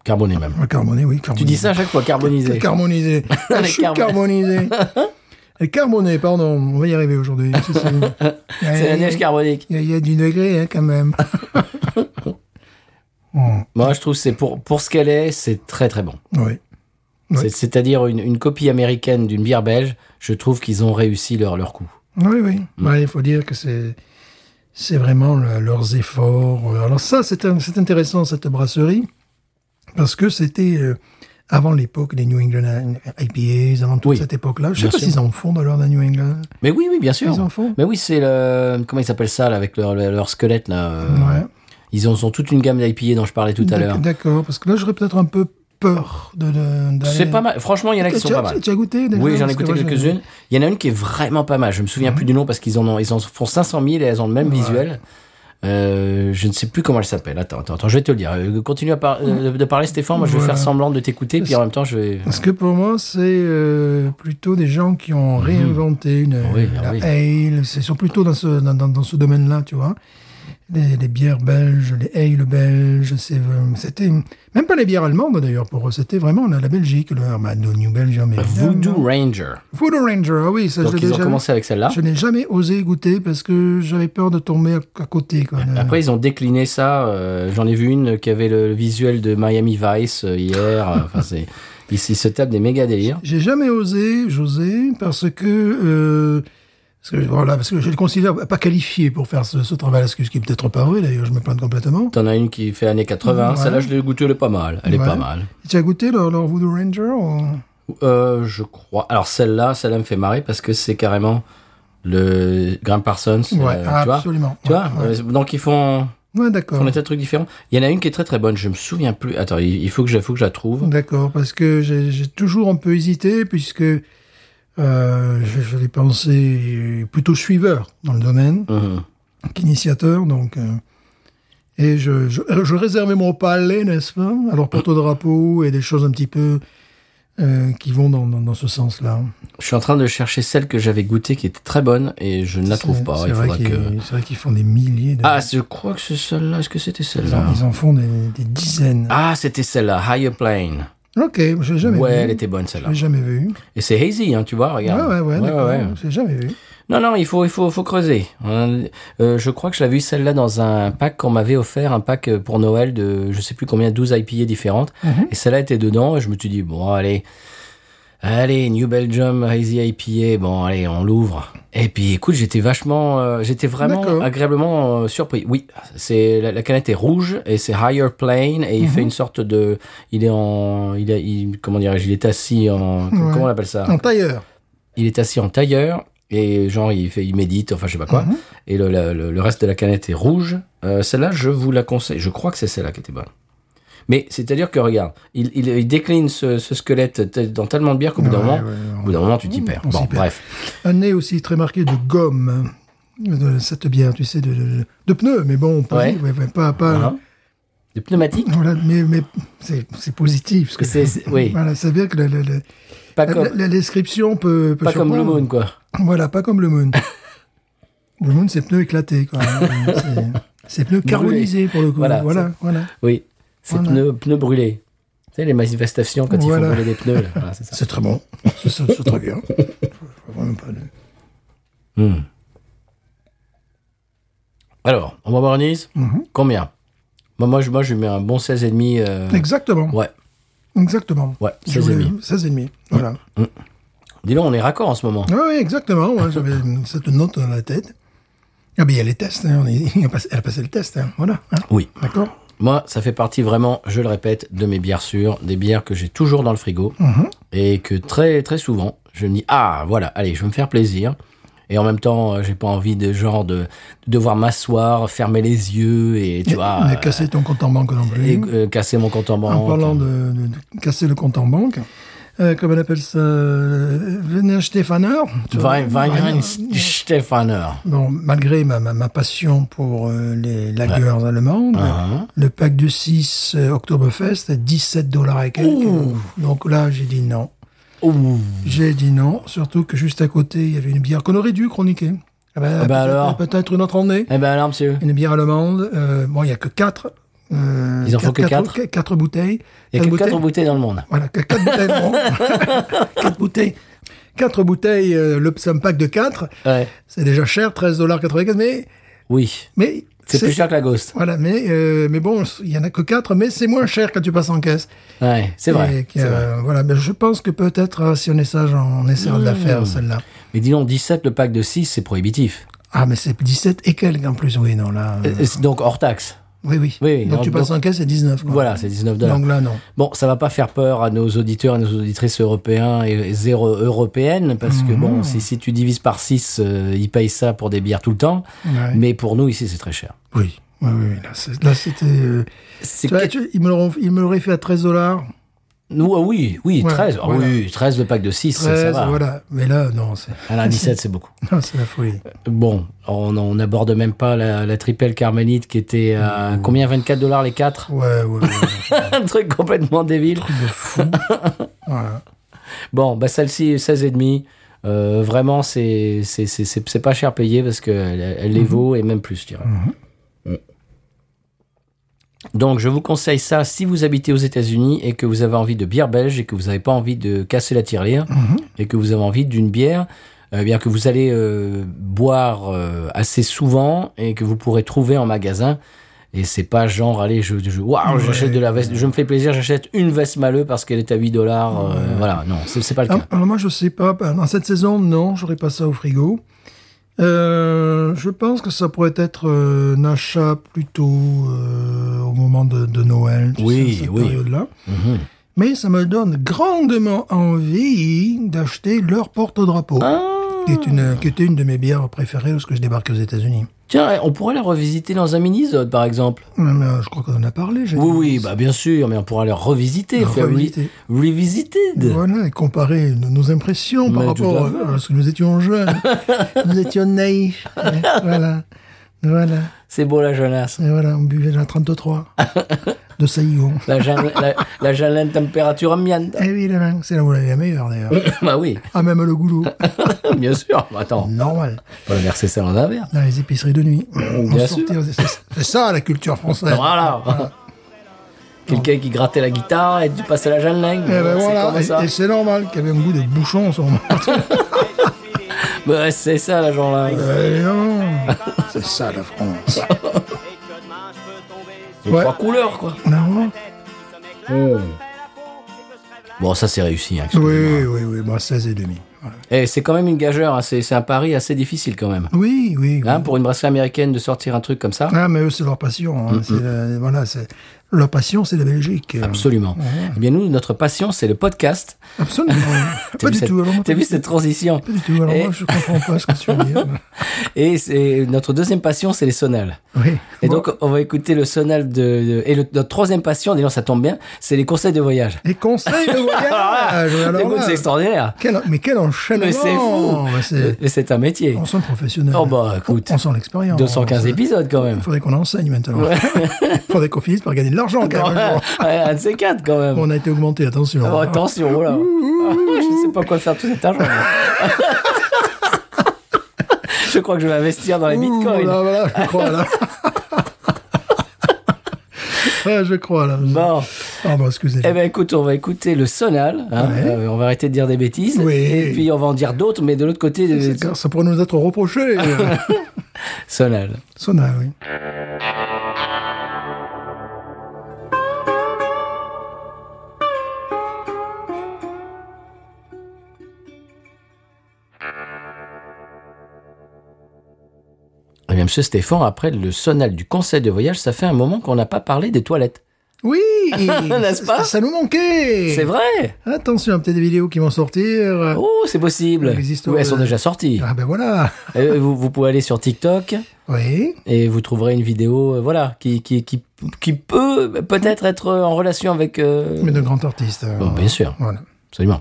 Carboné même. Ouais, carboné, oui. Carboné. Tu dis ça à chaque fois, carbonisé. Carbonisé. Elle Je est suis carbo- carbonisé. Elle est carbonée, pardon. On va y arriver aujourd'hui. C'est ça. C'est la neige carbonique. Il y a- il y a du degré, hein, quand même. Hmm, Moi, je trouve que c'est pour, pour ce qu'elle est, c'est très très bon. oui. Ouais. C'est- C'est-à-dire une, une copie américaine d'une bière belge, je trouve qu'ils ont réussi leur, leur coup. Oui, oui. Ouais, il faut dire que c'est c'est vraiment le- leurs efforts. Alors ça, c'est un- c'est intéressant cette brasserie parce que c'était euh, avant l'époque des New England IPAs, avant toute Oui. cette époque-là. Je sais Bien pas sûr. s'ils en font dans leur New England. Mais oui, oui, bien sûr. Ils en font. Mais oui, c'est le. Comment ils s'appellent ça, là, avec leur, leur squelette, là euh, Ouais. Ils ont, ont toute une gamme d'IPA dont je parlais tout à D'ac- l'heure. D'accord, parce que là j'aurais peut-être un peu peur de. de- d'aller- C'est pas mal. Franchement, il y en a qui Tu- sont tu- pas mal. Tu as goûté déjà Oui, j'en ai Parce que écouté moi, je- quelques-unes. Il y en a une qui est vraiment pas mal. Je me souviens plus du nom parce qu'ils en, ont, ils en font 500 000 et elles ont le même visuel. Euh, je ne sais plus comment elle s'appelle. Attends, attends, attends, je vais te le dire. Euh, Continue à par- euh, de parler, Stéphane. Moi, je vais Voilà. faire semblant de t'écouter, puis en même temps, je vais. Parce que pour moi, c'est euh, plutôt des gens qui ont réinventé une Mhm. Oui, la ah oui. ale. C'est sont plutôt dans ce dans, dans- dans ce domaine-là, tu vois. Les, les bières belges, les ales belges, c'est, euh, c'était même pas les bières allemandes d'ailleurs pour eux, c'était vraiment la, la Belgique, le bah, no New Belgium. évidemment. Voodoo Ranger. Voodoo Ranger, ah oui, ça Donc, je l'ai ils ont déjà- commencé avec celle-là. Je n'ai jamais osé goûter parce que j'avais peur de tomber à, à côté. Quoi, de- Après, ils ont décliné ça. euh, J'en ai vu une qui avait le visuel de Miami Vice euh, hier. Enfin, c'est. Ils, ils se tapent des méga délires. J'ai jamais osé, j'osais, parce que, euh, parce que voilà, parce que je le considère pas qualifié pour faire ce, ce travail-là, ce qui ce qui est peut-être pas vrai d'ailleurs, je me plains complètement. T'en as une qui fait années 80. Ouais. Celle-là, je l'ai goûtée, elle est pas mal. Elle est Ouais. pas mal. Tu as goûté leur, leur Voodoo Ranger ou- Euh, je crois. Alors celle-là, celle-là me fait marrer parce que c'est carrément le Graham Parsons. Ouais, euh, tu vois, absolument. tu vois ouais, euh, donc ils font, Ouais, d'accord. font des tas de trucs différents. Il y en a une qui est très très bonne. Je me souviens plus. Attends, il il faut que je, faut que je la trouve. D'accord, parce que j'ai j'ai toujours un peu hésité, puisque euh, je, je l'ai pensé plutôt suiveur dans le domaine Mhm. qu'initiateur, donc. euh, et je, je, euh, je réservais mon palais, n'est-ce pas Alors, porte-drapeau et des choses un petit peu euh, qui vont dans, dans, dans ce sens-là. Je suis en train de chercher celle que j'avais goûtée qui était très bonne et je ne la trouve C'est- pas. C'est Il vrai faudra qu'ils- que. c'est vrai qu'ils font des milliers de. Ah, je crois que c'est celle-là. Est-ce que c'était ils, en, celle-là ils en font des, des dizaines. Ah, c'était celle-là. Higher Plane. Ok, je l'ai jamais Ah. Ouais, vu. elle était bonne Ah, Je celle-là. l'ai jamais vu. Et c'est hazy, hein, tu vois. Ouais, Regarde. ouais, ouais, d'accord. ouais. Je l'ai jamais vu. Non, non, il faut, il faut, faut creuser. On- euh, je crois que je l'avais eu celle-là dans un pack qu'on m'avait offert, un pack euh, pour Noël de je sais plus combien, 12 IPA différentes. Et celle-là était dedans et je me suis dit, bon, allez, Allez, New Belgium Hazy IPA. Bon, allez, on l'ouvre. Et puis, écoute, j'étais vachement, euh, j'étais vraiment D'accord. agréablement euh, surpris. Oui, c'est la, la canette est rouge et c'est Higher Plane et il fait une sorte de, il est en, il, est- il- comment dirais-je, il est assis en, comment on appelle ça En tailleur. il est assis en tailleur et genre il fait il médite enfin je sais pas Mhm. quoi et le, la- le- le reste de la canette est rouge Euh, celle-là je vous la conseille je crois que c'est celle-là qui était bonne mais c'est-à-dire que regarde il, il- il décline ce, ce squelette tel- dans tellement de bière qu'au bout d'un Ouais, moment ouais, ouais. au bout d'un moment tu t'y perds on bon s'y perd. bref Un nez aussi très marqué de gomme, euh, de cette bière, tu sais, de, de, de pneus, mais bon, positif, ouais, ouais, pas, pas, Hein de pneumatique voilà, mais, mais c'est c'est positif. Parce que, C'est- c'est- oui. Voilà, ça veut dire que le- le- Euh, le- pas la, comme la- la description peut, peut pas comme Blue surprendre. Moon quoi Voilà, pas comme le Moon. le Moon, c'est pneus éclatés, quoi. C'est- c'est pneus carbonisés, pour le coup. Voilà, Voilà, voilà. voilà. oui c'est Voilà. pneus pneus brûlés tu sais les manifestations quand ils Voilà. font brûler des pneus là. Voilà, c'est ça. C'est très bon. C'est- C'est c'est très bien. Je vois vraiment pas de- alors on va voir Nice Mhm. combien moi, moi je moi je lui mets un bon 16,5 et demi euh, Exactement. ouais Exactement. Ouais, Je 16 et voulais- demi. 16 et demi. Voilà. Dis donc, on est raccord en ce moment. Oui, oui, exactement. Ouais, J'avais cette note dans la tête. Ah ben, il y a les tests. hein. On est- elle a passé- elle a passé le test. hein. Voilà. hein. Oui. D'accord Moi, ça fait partie vraiment, je le répète, de mes bières sûres, des bières que j'ai toujours dans le frigo Mhm. et que très très souvent, je me dis ah voilà, allez, je vais me faire plaisir. Et en même temps, euh, j'ai pas envie de genre de, de devoir m'asseoir, fermer les yeux et tu Mais- vois mais euh, casser ton compte en banque non plus. et, euh, casser mon compte en En banque. parlant de, de- de casser le compte en banque, euh, comme elle appelle ça, euh, Venez Stefaner. tu vois, Wein- Wein- Weiner. Stefaner. Bon, malgré ma, ma, ma passion pour euh, les lagers allemandes, Ah. le pack de 6 euh, Oktoberfest à 17 dollars et quelques. Donc là, j'ai dit non. Ouh. J'ai dit non, surtout que juste à côté, il y avait une bière qu'on aurait dû chroniquer. Ah bah, bah peut-être- alors. Peut-être une autre année. Eh ben alors, monsieur. Une bière allemande. euh, bon, il n'y a que 4. Euh, Ils en font quatre- que quatre- quatre bouteilles. Il y a Quatre que bouteilles. quatre bouteilles dans le monde. Voilà, que quatre bouteilles. bon. quatre bouteilles. Quatre bouteilles, euh, le c'est un pack de 4. Ouais. C'est déjà cher, 13,95$, mais, Oui. mais C'est plus cher que la Ghost. Voilà, mais, euh, mais bon, il y en a que 4, mais c'est moins cher quand tu passes en caisse. Ouais, c'est Et vrai. que, c'est vrai. euh, Voilà, mais je pense que peut-être, euh, si on est sage, on essaiera de la Mmh. faire, celle-là. Mais dis donc, 17 le pack de 6, c'est prohibitif. Ah, mais c'est 17 et quelques en plus, oui, non, là. euh, Et c'est Donc hors taxe. oui, oui. oui, donc non, tu passes en caisse, c'est 19. quoi. Voilà, c'est 19 dollars. Donc là, non. Bon, ça va pas faire peur à nos auditeurs et nos auditrices européens et zéro européennes, parce que bon, Ah. si, si tu divises par 6, ils payent ça pour des bières tout le temps. Ouais. Mais pour nous, ici, c'est très cher. Oui. Oui, oui, oui, là, c'est- là, c'était. euh, C'est tu vois, que- tu- ils me l'auront- ils me l'auraient fait à 13 dollars. Nous, ah oui, oui, Ouais, 13. Ah voilà. oui, 13 le pack de 6, ça, 13, ça va. voilà. Mais là, non, c'est À la 17, c'est beaucoup. non, c'est la folie. Bon, on on n'aborde même pas la, la tripelle carmélite qui était à Mmh. combien 24 dollars les 4 Ouais, ouais, ouais. Un truc complètement débile. de fou. Voilà. Bon, bah celle-ci, 16,5. Euh, vraiment, c'est c'est- c'est- c'est- c'est pas cher payé parce qu'elle elle les vaut et même plus, je dirais. Mm. Donc, je vous conseille ça si vous habitez aux États-Unis et que vous avez envie de bière belge et que vous n'avez pas envie de casser la tirelire Mhm. et que vous avez envie d'une bière eh bien que vous allez euh, boire euh, assez souvent et que vous pourrez trouver en magasin. Et c'est pas genre, allez, je, je, waouh, j'achète de la veste, je me fais plaisir, j'achète une veste maleux parce qu'elle est à 8 dollars. euh, Voilà, non, c'est c'est pas le Ah, cas. Alors moi, je sais pas. bah, Dans cette saison, non, j'aurais pas ça au frigo. Euh, je pense que ça pourrait être euh, un achat plutôt euh, au moment de, de Noël, tu Oui, sais, cette oui. Mhm. période-là. Mais ça me donne grandement envie d'acheter leur Ah, porte-drapeau, qui, est une- qui était une de mes bières préférées lorsque je débarquais aux États-Unis. Tiens, eh, on pourrait la revisiter dans un mini-zode, par exemple. Mais, euh, je crois qu'on en a parlé. j'ai Oui, dit. oui, bah bien sûr, mais on pourra la revisiter. faire re- Revisiter. Revisited. Voilà, et comparer nos, nos impressions par Mais tout rapport à à, fait. à lorsque nous étions jeunes. nous étions naïfs. Ouais, voilà. Voilà. C'est beau, la jeunesse. Et voilà, on buvait la 33 de Saïgon. La jeune, la, la jeune température ambiante. Évidemment, c'est là où elle est la meilleure d'ailleurs. bah oui, Ah, même le goulot. bien sûr. Attends, Normal. on va verser ça dans un verre. Dans les épiceries de nuit. On bien sortait- c'est- C'est ça la culture française. Voilà. Quelqu'un qui grattait la guitare et tu passais la jeune langue. Et ben voilà, comme ça. et, et c'est normal qu'il y avait un goût de bouchon en ce moment. Bah, c'est ça, la jeune langue. Eh non. c'est ça la France. Les Ouais. trois couleurs, quoi. Non. tête qui se met claire, fait la peau, et que je crève la Bon, ça c'est réussi. hein, Oui, excusez-moi. oui, oui, bon, 16 et demi. Voilà. Et c'est quand même une gageure, hein, c'est c'est un pari assez difficile quand même. Oui, oui. oui. Hein, pour une brasserie américaine de sortir un truc comme ça Ah, mais eux, c'est leur passion. Mm, hein. C'est la- voilà, c'est leur passion, c'est la Belgique. Absolument. Eh bien nous, notre passion, c'est le podcast. Euh, Absolument. T'as pas vu du cette- tout. alors moi, T'as pas vu du cette transition Pas du tout. Alors Et- moi, je comprends pas ce que tu veux dire. Et c'est notre deuxième passion, c'est les sonales. Oui. Et Bon. donc, on va écouter le sonal de... de- et le- notre troisième passion, d'ailleurs, ça tombe bien, c'est les conseils de voyage. Les conseils de voyage. alors Écoute, là, c'est extraordinaire. quel- mais quel enchaînement. Ah, Mais c'est fou. Mais c'est- euh, Mais C'est un métier. On hein. sent le professionnel. Oh, bah, écoute. On sent l'expérience. 215 épisodes, quand même. Il faudrait qu'on enseigne maintenant. Il faudrait qu'on finisse par gagner de l'argent. quand même, un Ouais, jour. un de ces quatre, quand même. On a été augmenté, attention. Oh, attention, oh là. je ne sais pas quoi faire tout cet argent. moi. je crois que je vais investir dans les Ouh, bitcoins. Voilà, voilà, je crois Oh là. Ouais, je crois là. Bon, Pardon, excusez. eh ben écoute, on va écouter le sonal. hein. Ouais. Euh, on va arrêter de dire des bêtises. Oui. Et puis on va en dire d'autres, mais de l'autre côté, euh, C'est- car ça pourrait nous être reproché. sonal. Sona, oui. Eh bien, Monsieur Stéphane, après le sonal du conseil de voyage, ça fait un moment qu'on n'a pas parlé des toilettes. Oui N'est-ce pas ça, ça nous manquait C'est vrai Attention, peut-être des vidéos qui vont sortir. Oh, c'est possible Il existe, Oui, Elles sont euh, déjà sorties. Ah ben voilà Euh, vous, vous pouvez aller sur TikTok Oui, et vous trouverez une vidéo euh, voilà, qui, qui, qui, qui peut peut-être être en relation avec... euh, mais de grands artistes. Bon, Oh, bien sûr, Voilà. absolument.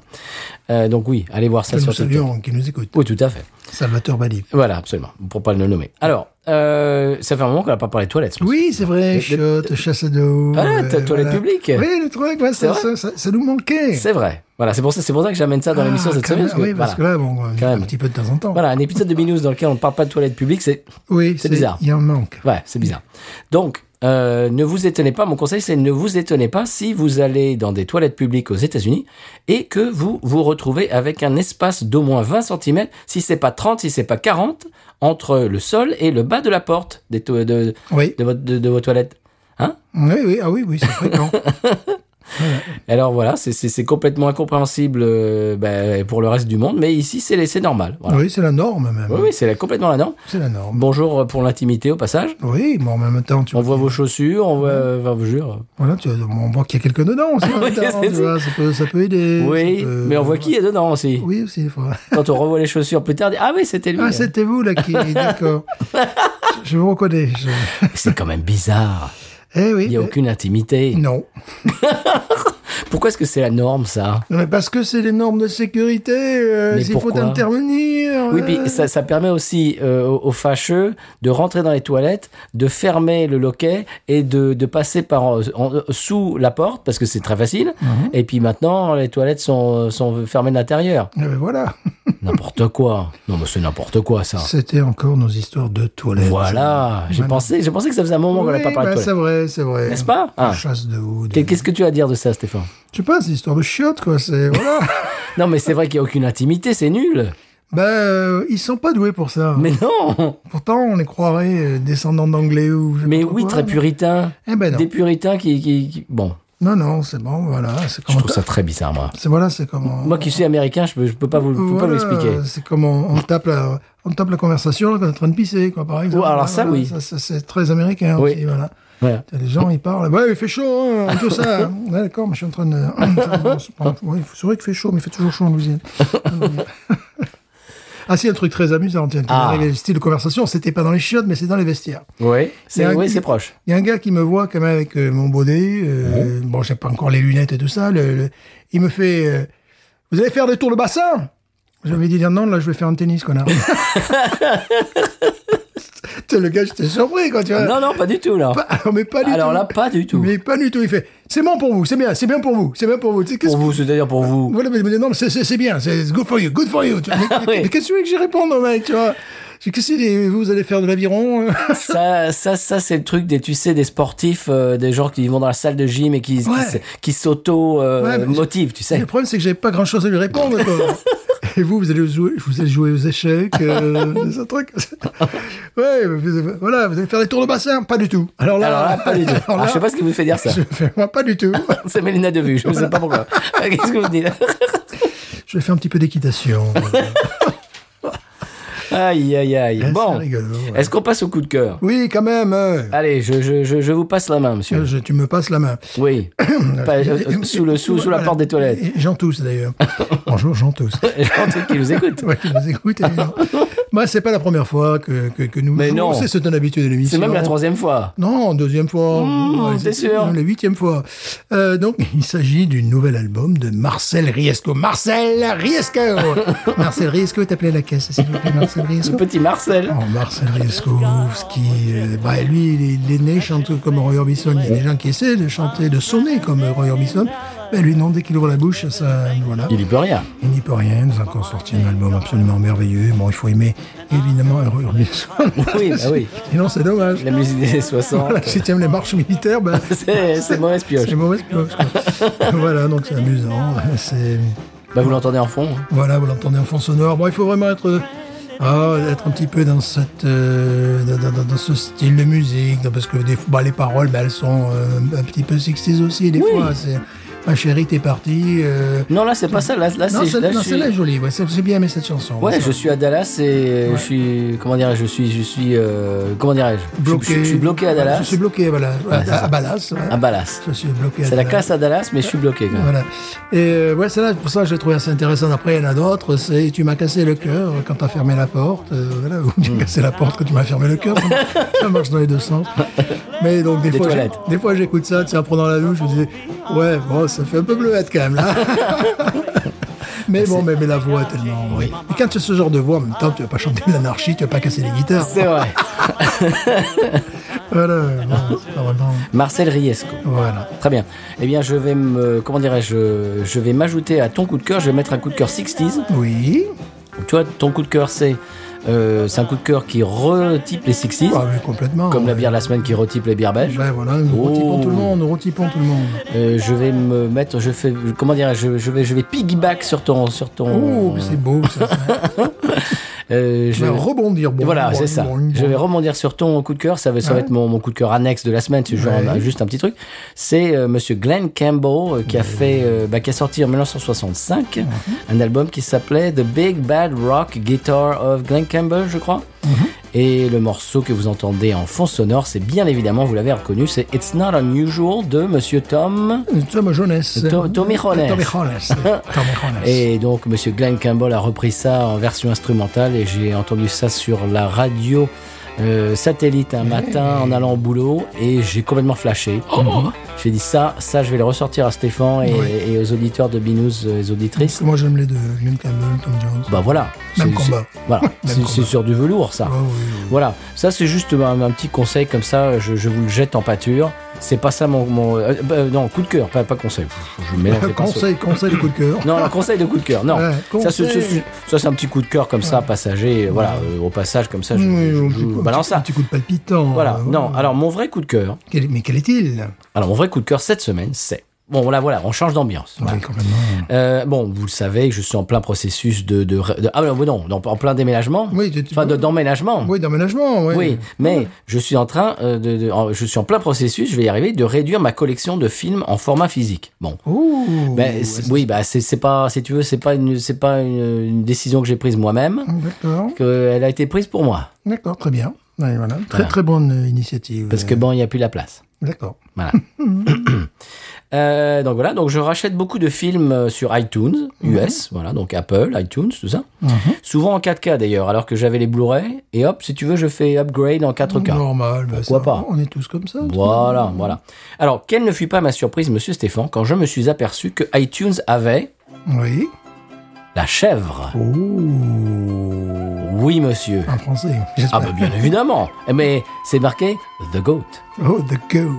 Euh, donc oui, allez voir ça Que nous sur TikTok. saluons, qui nous écoute. Oui, tout à fait. Salvatore Bali. Voilà, absolument, pour pas le nommer. Alors, euh, ça fait un moment qu'on n'a pas parlé de toilettes. ce Oui, c'est vrai, Et de- shot, chasse d'eau. Euh, Ah, la toilette publique. Oui, le truc, ouais, C'est ça, vrai ça, ça- ça nous manquait. C'est vrai. Voilà, c'est pour ça, c'est pour ça que j'amène ça dans Ah, l'émission cette quand semaine. même, parce que, oui, parce voilà. que là, bon, Quand un même. petit peu de temps en temps. Voilà, un épisode de Binous dans lequel on ne parle pas de toilettes publiques, c'est Oui, C'est bizarre. Il y en manque. ouais, c'est bizarre. Donc, euh, ne vous étonnez pas. Mon conseil, c'est ne vous étonnez pas si vous allez dans des toilettes publiques aux États-Unis et que vous vous retrouvez avec un espace d'au moins 20 cm, si c'est pas 30, si c'est pas 40, entre le sol et le bas de la porte des to- de, Oui, de, votre- de- de vos toilettes. Hein oui, oui, ah oui, oui, c'est fréquent. Alors voilà, c'est- c'est c'est complètement incompréhensible euh, ben, pour le reste du monde, mais ici c'est c'est normal. Voilà. Oui, c'est la norme même. Oui, oui, c'est la- complètement la norme. C'est la norme. Bonjour pour l'intimité au passage. Oui, mais en même temps, tu On voit vos chaussures, on voit, euh, enfin, je vous jure. Voilà, tu, on voit qu'il y a quelqu'un dedans aussi. en même temps, c'est tu ça. vois, ça, peut, ça peut aider. Oui, ça peut- mais on voit qui est dedans aussi. Oui, aussi, des fois. Quand on revoit les chaussures plus tard, on dit, ah oui, c'était lui. Ah, c'était vous là qui. D'accord. Je- Je vous reconnais. je- c'est quand même bizarre. Eh oui. Il n'y a mais- aucune intimité. Non. Pourquoi est-ce que c'est la norme, ça Non, mais parce que c'est les normes de sécurité. euh, Mais S'il faut pourquoi intervenir. Oui, euh, puis ça, ça permet aussi euh, aux aux fâcheux de rentrer dans les toilettes, de fermer le loquet et de, de passer par en- en- sous la porte parce que c'est très facile. Mhm. Et puis maintenant, les toilettes sont, sont fermées de l'intérieur. eh ben voilà. N'importe quoi. Non, mais c'est n'importe quoi ça. C'était encore nos histoires de toilettes. Voilà. J'ai Voilà. pensé, j'ai pensé que ça faisait un moment qu'on n'a Oui, pas parlé bah, de c'est toilettes. vrai, c'est vrai. N'est-ce pas Ah. Chasse de haut. Qu'est- Qu'est-ce que tu as à dire de ça, Stéphane Je sais pas, c'est histoire de chiottes, quoi. C'est voilà. Non, mais c'est vrai qu'il n'y a aucune intimité, c'est nul. ben, euh, ils sont pas doués pour ça. Mais non. Pourtant, on les croirait euh, descendants d'anglais ou. je sais Mais pas trop oui, quoi, très mais- puritain. Eh ben non. Des puritains qui, qui- qui- Bon, Non, non, c'est bon, voilà. C'est je comment. trouve ça très bizarre, moi. C'est voilà, c'est comment. Moi qui suis américain, je peux, je peux pas vous, je peux pas vous Voilà, l'expliquer. C'est comment on tape la, on tape la conversation là, quand on est en train de pisser, quoi, par exemple. Ouais, Oh, alors ça, Voilà, oui. ça, c'est très américain Oui. aussi, voilà. Voilà. T'as Les gens, ils parlent. Ouais, il fait chaud, hein, tout ça. hein. Ouais, D'accord, mais je suis en train de. ouais, il faut- c'est vrai qu'il fait chaud, mais il fait toujours chaud en Louisiane. ah, si, un truc très amusant, tiens. Ah. Le style de conversation, c'était pas dans les chiottes, mais c'est dans les vestiaires. Oui, c'est Il y a un- oui, c'est proche. Il y a un gars qui me voit quand même avec euh, mon bonnet. euh, Bon, j'ai pas encore les lunettes et tout ça. le- le- il me fait euh, Vous allez faire des tours de bassin J'avais dit Non, là, je vais faire un tennis, connard. Putain, le gars, j'étais surpris, quoi, tu vois. Non, non, pas du tout, là. Euh, Pas- alors, mais pas du Alors tout. là, pas du tout. Mais pas du tout. Il fait C'est bon pour vous, c'est bien, c'est bien pour vous, c'est bien pour vous. Tu sais, qu'est-ce Pour vous, c'est-à-dire pour vous. Ah voilà, mais je me dis, non, mais c'est- c'est c'est bien, c'est c'est good for you, good for you. tu vois. Mais, oui. mais qu'est-ce que tu veux que j'y réponde, mec, tu vois Je dis, Qu'est-ce qu'il dit Vous allez faire de l'aviron euh Ça, ça, ça c'est le truc des, tu sais, des sportifs, euh, des gens qui vont dans la salle de gym et qui, qui Ouais. s- qui s'auto-motivent, Ouais, mais tu sais. Le problème, c'est que j'avais pas grand chose à lui répondre, quoi. Et vous, vous allez jouer, vous allez jouer aux échecs, euh, ce truc. ouais, vous- voilà, vous allez faire des tours de bassin, pas du tout. Alors là, Alors là, pas du tout. Ah. alors Alors, je là, sais pas ce qui vous fait dire ça. je fais, moi, pas du tout. C'est mes lunettes de vue, je ne sais pas pourquoi. Qu'est-ce que vous dites je vais faire un petit peu d'équitation. Aïe, aïe, aïe. Ouais, Bon, Ah, c'est rigolo, ouais. est-ce qu'on passe au coup de cœur oui, quand même. euh, Allez, je, je, je, je vous passe la main, monsieur. je- tu me passes la main. Oui. Pas- euh, sous, le, sous, sous la Voilà. porte des toilettes. Et Jean Tous, d'ailleurs. Bonjour, Jean Tous. J'entends qui nous écoute. Ouais, qui nous écoute, évidemment. Moi, c'est pas la première fois que, que, que nous Mais jouons. non. C'est, c'est une habitude de l'émission. C'est même la troisième fois. Non, deuxième fois. Mmh, t'es sûr La huitième fois. Euh, donc, il s'agit du nouvel album de Marcel Riesco. Marcel Riesco Marcel Riesco, t'appelais à la caisse, s'il vous plaît, Marcel Riesco. Petit Marcel. Oh, Marcel Riesco, ce qui, euh, bah, lui, il est, il est né chanteur comme Roy Orbison. Il y a des gens qui essaient de chanter, de sonner comme Roy Orbison. Mais lui, non, dès qu'il ouvre la bouche, ça, voilà. Il y peut rien. Il n'y peut rien, nous a encore sorti un album absolument merveilleux. Bon, il faut aimer, évidemment, Roy Orbison. Oui, bah oui. Sinon, c'est dommage. La musique des années 60. Voilà, si tu aimes les marches militaires, ben, C'est c'est mauvaise pioche. c'est mauvaise pioche, quoi. voilà, donc c'est amusant. C'est Bah, vous l'entendez en fond. hein. voilà, vous l'entendez en fond sonore. Bon, il faut vraiment être euh, ah, être un petit peu dans cette euh, dans, dans- dans ce style de musique, parce que des fois, bah, les paroles, bah, elles sont euh, un petit peu 60s aussi. Des fois, c'est ma chérie, t'es partie. euh, Non, là, c'est pas ça. Là, là Non, Ah, c'est. c'est- là, je non, suis- celle-là est jolie. Ouais, c'est j'ai bien aimé cette chanson. Ouais, Ça. je suis à Dallas et je suis. Comment dirais-je Je suis. Je suis. euh, comment dirais-je Je suis- Je, suis- je suis bloqué à Dallas. Je suis bloqué voilà, à, c'est ça. à Ballas. ouais. À Ballas. Je suis bloqué à C'est la Dallas. classe à Dallas, mais je suis bloqué quand même. Voilà. Et euh, ouais, celle-là, pour ça, je l'ai trouvé assez intéressante. Après, il y en a d'autres. C'est Tu m'as cassé le cœur quand t'as fermé la porte. Euh, voilà. Ou Mm. Tu m'as cassé la porte quand tu m'as fermé le cœur. Ça, marche- ça marche dans les deux sens. Mais donc, des, Des fois, j'ai- toilettes. des fois, j'écoute ça, tu sais, en prenant la douche, je me disais, ouais, bon, ça fait un peu bleuette quand même, là. mais bon, mais, mais la voix, tellement, oui. Et quand tu as ce genre de voix, en même temps, tu vas pas chanter de l'anarchie, tu vas pas casser les guitares. C'est vrai. Voilà. bon, c'est pas vraiment- Marcel Riesco. Voilà. Très bien. Eh bien, je vais me. Comment dirais-je Je vais m'ajouter à ton coup de cœur. Je vais mettre un coup de cœur 60s. Oui. Donc, Tu vois, ton coup de cœur, c'est. euh, c'est un coup de cœur qui retype les 60s. Ah, mais complètement. Comme la bière de la semaine qui retype les bières belges. Ben voilà, nous Oh. retypons tout le monde, nous retypons tout le monde. Euh, je vais me mettre, je fais, comment dire, je, je vais, je vais piggyback sur ton, sur Oh, ton. mais c'est beau ça. ça. Euh, je- Je vais rebondir. Bon, voilà, bon, c'est ça. bon, bon. Je vais rebondir sur ton coup de cœur. Ça va, ça va Ouais. être mon, mon coup de cœur annexe de la semaine. Si je Ouais. rends juste un petit truc, c'est euh, Monsieur Glenn Campbell euh, qui a fait, euh, bah, qui a sorti en 1965 un album qui s'appelait The Big Bad Rock Guitar of Glenn Campbell, je crois. Mm-hmm. Et le morceau que vous entendez en fond sonore, c'est bien évidemment, vous l'avez reconnu, c'est It's Not Unusual de Monsieur Tom. Tom Jones. To- Tommy Jones. Tommy Jones. Tommy Jones. Et donc, Monsieur Glenn Campbell a repris ça en version instrumentale et j'ai entendu ça sur la radio euh, satellite un matin en allant au boulot et j'ai complètement flashé. Oh. Mhm. J'ai dit ça, ça je vais le ressortir à Stéphane et, Oui. et aux auditeurs de Binous, euh, les Parce auditrices. que moi j'aime les deux, Glenn Campbell, Tom Jones. Bah voilà. Même C'est- combat. c'est- Voilà, c'est combat. c'est sur du velours ça. Ah oui, oui. Voilà, ça c'est juste un, un petit conseil comme ça, je, je vous le jette en pâture. C'est pas ça mon. mon- euh, bah, non, coup de cœur, pas, pas conseil. Je vous mélange les pinceaux. conseil, conseil de coup de cœur. Non, non, conseil de coup de cœur. Non, Ouais, ça, c'est- conseil. c'est- ça, c'est un petit coup de cœur comme ça, passager. Voilà, euh, au passage comme ça, je, Oui, je- un je petit vous coup- un balance petit- un ça. petit coup de palpitant. Voilà. euh, Non, ouais. alors Bah. mon vrai coup de cœur, Quel- mais quel est-il alors mon vrai coup de cœur cette semaine, c'est bon. Voilà, voilà, on change d'ambiance. Oui, complètement. Euh, bon, vous le savez, je suis en plein processus de, de, de- ah non, non, non, en plein déménagement. Oui, tu- tu- enfin, de- d'emménagement. Oui, d'aménagement, oui. Oui, mais je suis en train euh, de, de- en- je suis en plein processus, je vais y arriver, de réduire ma collection de films en format physique. Bon, Ouh. Ben, c'est- oui, bah c'est c'est pas, si tu veux, c'est pas une, c'est pas une, une décision que j'ai prise moi-même, D'accord, qu'elle a été prise pour moi, d'accord, très bien. Ouais, voilà. Très très bonne euh, initiative. parce que bon, il n'y a plus la place. D'accord. Voilà. Euh, donc voilà, donc je rachète beaucoup de films euh, sur iTunes, US, voilà, donc Apple, iTunes, tout ça. Souvent en 4K d'ailleurs, alors que j'avais les Blu-ray, et hop, si tu veux, je fais upgrade en 4K. Normal. bah, Pourquoi ça, pas On est tous comme ça. Voilà, voilà. Alors, quelle ne fut pas ma surprise, monsieur Stéphane, quand je me suis aperçu que iTunes avait Oui. la chèvre. Oh. Oui, monsieur. En français. Ah j'espère. bah bien Ah évidemment. Mais c'est marqué The Goat. Oh, the go.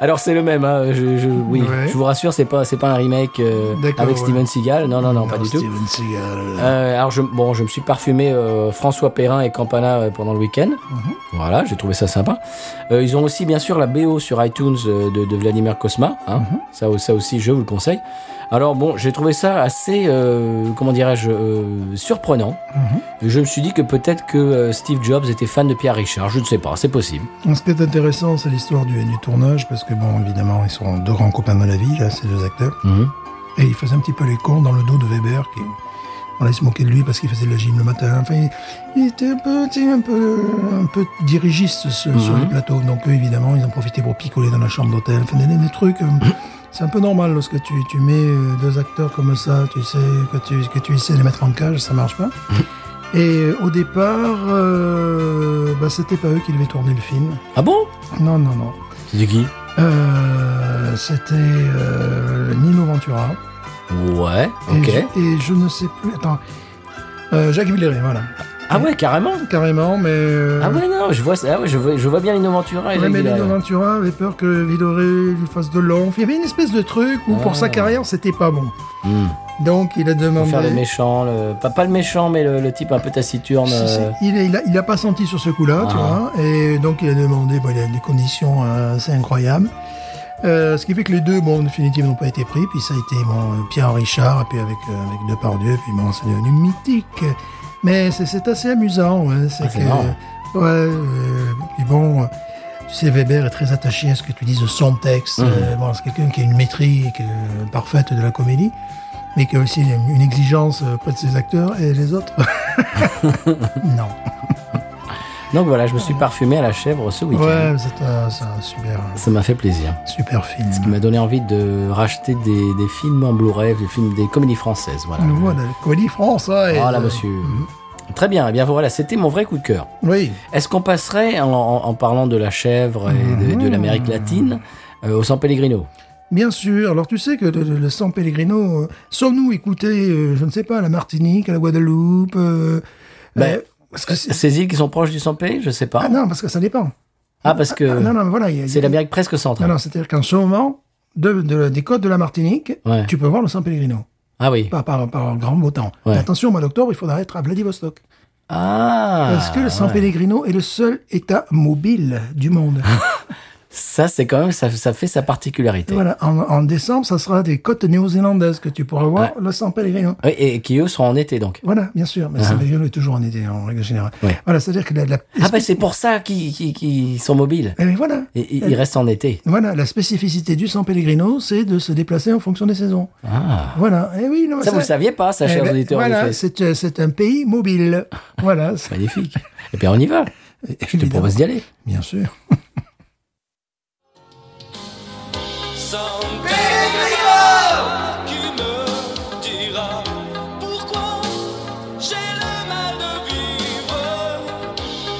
Alors c'est le même, hein, je, je- oui, Ouais. je vous rassure, c'est pas, c'est pas un remake euh, D'accord, avec ouais. Steven Seagal, non, non, non, pas du tout. Steven Seagal. Euh, alors je, bon, je me suis parfumé euh, François Perrin et Campana euh, pendant le week-end. Mhm. Voilà, j'ai trouvé ça sympa. Euh, ils ont aussi bien sûr la BO sur iTunes euh, de, de Vladimir Kosma. Hein. ça, au- ça aussi, je vous le conseille. Alors bon, j'ai trouvé ça assez, euh, comment dirais-je, euh, surprenant. Mhm. Je me suis dit que peut-être que euh, Steve Jobs était fan de Pierre Richard. Je ne sais pas, c'est possible. Mhm. Ce qui est intéressant, c'est l'histoire du, du tournage, parce que, bon, évidemment, ils sont deux grands copains de la vie, là, ces deux acteurs. Et il faisait un petit peu les cons dans le dos de Weber, qui, on allait se moquer de lui parce qu'il faisait de la gym le matin. Enfin, il, il était un peu, tu sais, un peu, un peu dirigiste ce- sur les plateaux. Donc, eux, évidemment, ils ont profité pour picoler dans la chambre d'hôtel. Enfin, des, des trucs. euh, C'est un peu normal lorsque tu, tu mets euh, deux acteurs comme ça, tu sais, que tu, que tu essaies de les mettre en cage, ça marche pas. Et euh, au départ, euh, bah, c'était pas eux qui devaient tourner le film. Ah bon Non, non, non. C'est de qui Euh, c'était euh, Nino Ventura. Ouais, Et ok. je- Et, je ne sais plus. Attends. Euh, Jacques Villeray, voilà. Ah ouais, carrément. Carrément, mais. euh, Ah ouais, non, je vois, ça- ah ouais, je vois, je vois bien l'innoventura. et ouais, Jacques mais Villard. Lino Ventura avait peur que Villeray lui fasse de l'ombre. Il y avait une espèce de truc où Ah. pour sa carrière, c'était pas bon. Hmm. Donc il a Pour faire le demandé. méchant, le... Pas, pas le méchant, mais le, le type un peu taciturne. Si, si, euh, Il, est- il a, il a pas senti sur ce coup-là, tu Ah. vois. Et donc il a demandé. Bon, il a des conditions euh, assez incroyables. Euh, ce qui fait que les deux, bon, en définitive, n'ont pas été pris. Puis ça a été bon, euh, Pierre Richard, et puis avec, euh, avec Depardieu, puis bon, c'est devenu mythique. Mais c'est- c'est assez amusant, ouais. C'est Ah, c'est marrant. ouais, euh, puis bon, euh, tu sais, Weber est très attaché à ce que tu dises de son texte. Mhm. Euh, bon, c'est quelqu'un qui a une maîtrise euh, parfaite de la comédie, mais qui a aussi une, une exigence euh, auprès de ses acteurs et les autres. non. Donc voilà, je me suis parfumé à la chèvre ce week-end. Ouais, c'est un, c'est un super, Ça m'a fait plaisir. super film. Ce qui m'a donné envie de racheter des, des films en Blu-ray, des films des comédies françaises. Voilà. Nous voilà, Comédie France, ouais. Voilà, Ah, Euh, monsieur. hmm. Très bien, eh bien voilà, c'était mon vrai coup de cœur. Oui. Est-ce qu'on passerait, en, en- en parlant de la chèvre et de, Hmm. de l'Amérique latine, euh, au San Pellegrino Bien sûr. Alors tu sais que le, le- le San Pellegrino, euh, sommes-nous écoutés, euh, je ne sais pas, à la Martinique, à la Guadeloupe euh, Ben, euh, parce que c'est- Ces îles qui sont proches du San Pellegrino Je sais pas. Ah non, parce que ça dépend. Ah, parce que Ah, non, non, mais voilà. il y a- c'est l'Amérique presque Non, centrale. non, c'est-à-dire qu'en ce moment, de, de- des côtes de la Martinique, Ouais. tu peux voir le San Pellegrino. Ah oui. Par, par, par grand beau temps. Ouais. Mais attention, au mois d'octobre, il faudra être à Vladivostok. Ah parce que le San ouais. Ah Pellegrino est le seul état mobile du monde. Ça, c'est quand même, ça, ça fait sa particularité. voilà. En, en décembre, ça sera des côtes néo-zélandaises que tu pourras voir le San Pellegrino. Oui, Et, et qui, eux, sont en été, donc. Voilà, bien sûr. Mais ça est toujours en été, en règle générale. Ah. Ouais. Voilà, c'est-à-dire que la, la- Ah ben, c'est pour ça qu'ils qu'ils- qu'ils sont mobiles. Eh bien, voilà. Et, et- ils restent en été. Voilà, la spécificité du San Pellegrino, c'est de se déplacer en fonction des saisons. Ah. Voilà. Et oui, non, mais Ça, vous le saviez pas, ça, Eh chers ben, auditeurs. en Voilà, effet. c'est euh, c'est un pays mobile. voilà. c'est- Magnifique. Et bien, on y va. Je te évidemment. propose d'y aller. Bien sûr. San Pellegrino, tu me diras pourquoi j'ai le mal de vivre.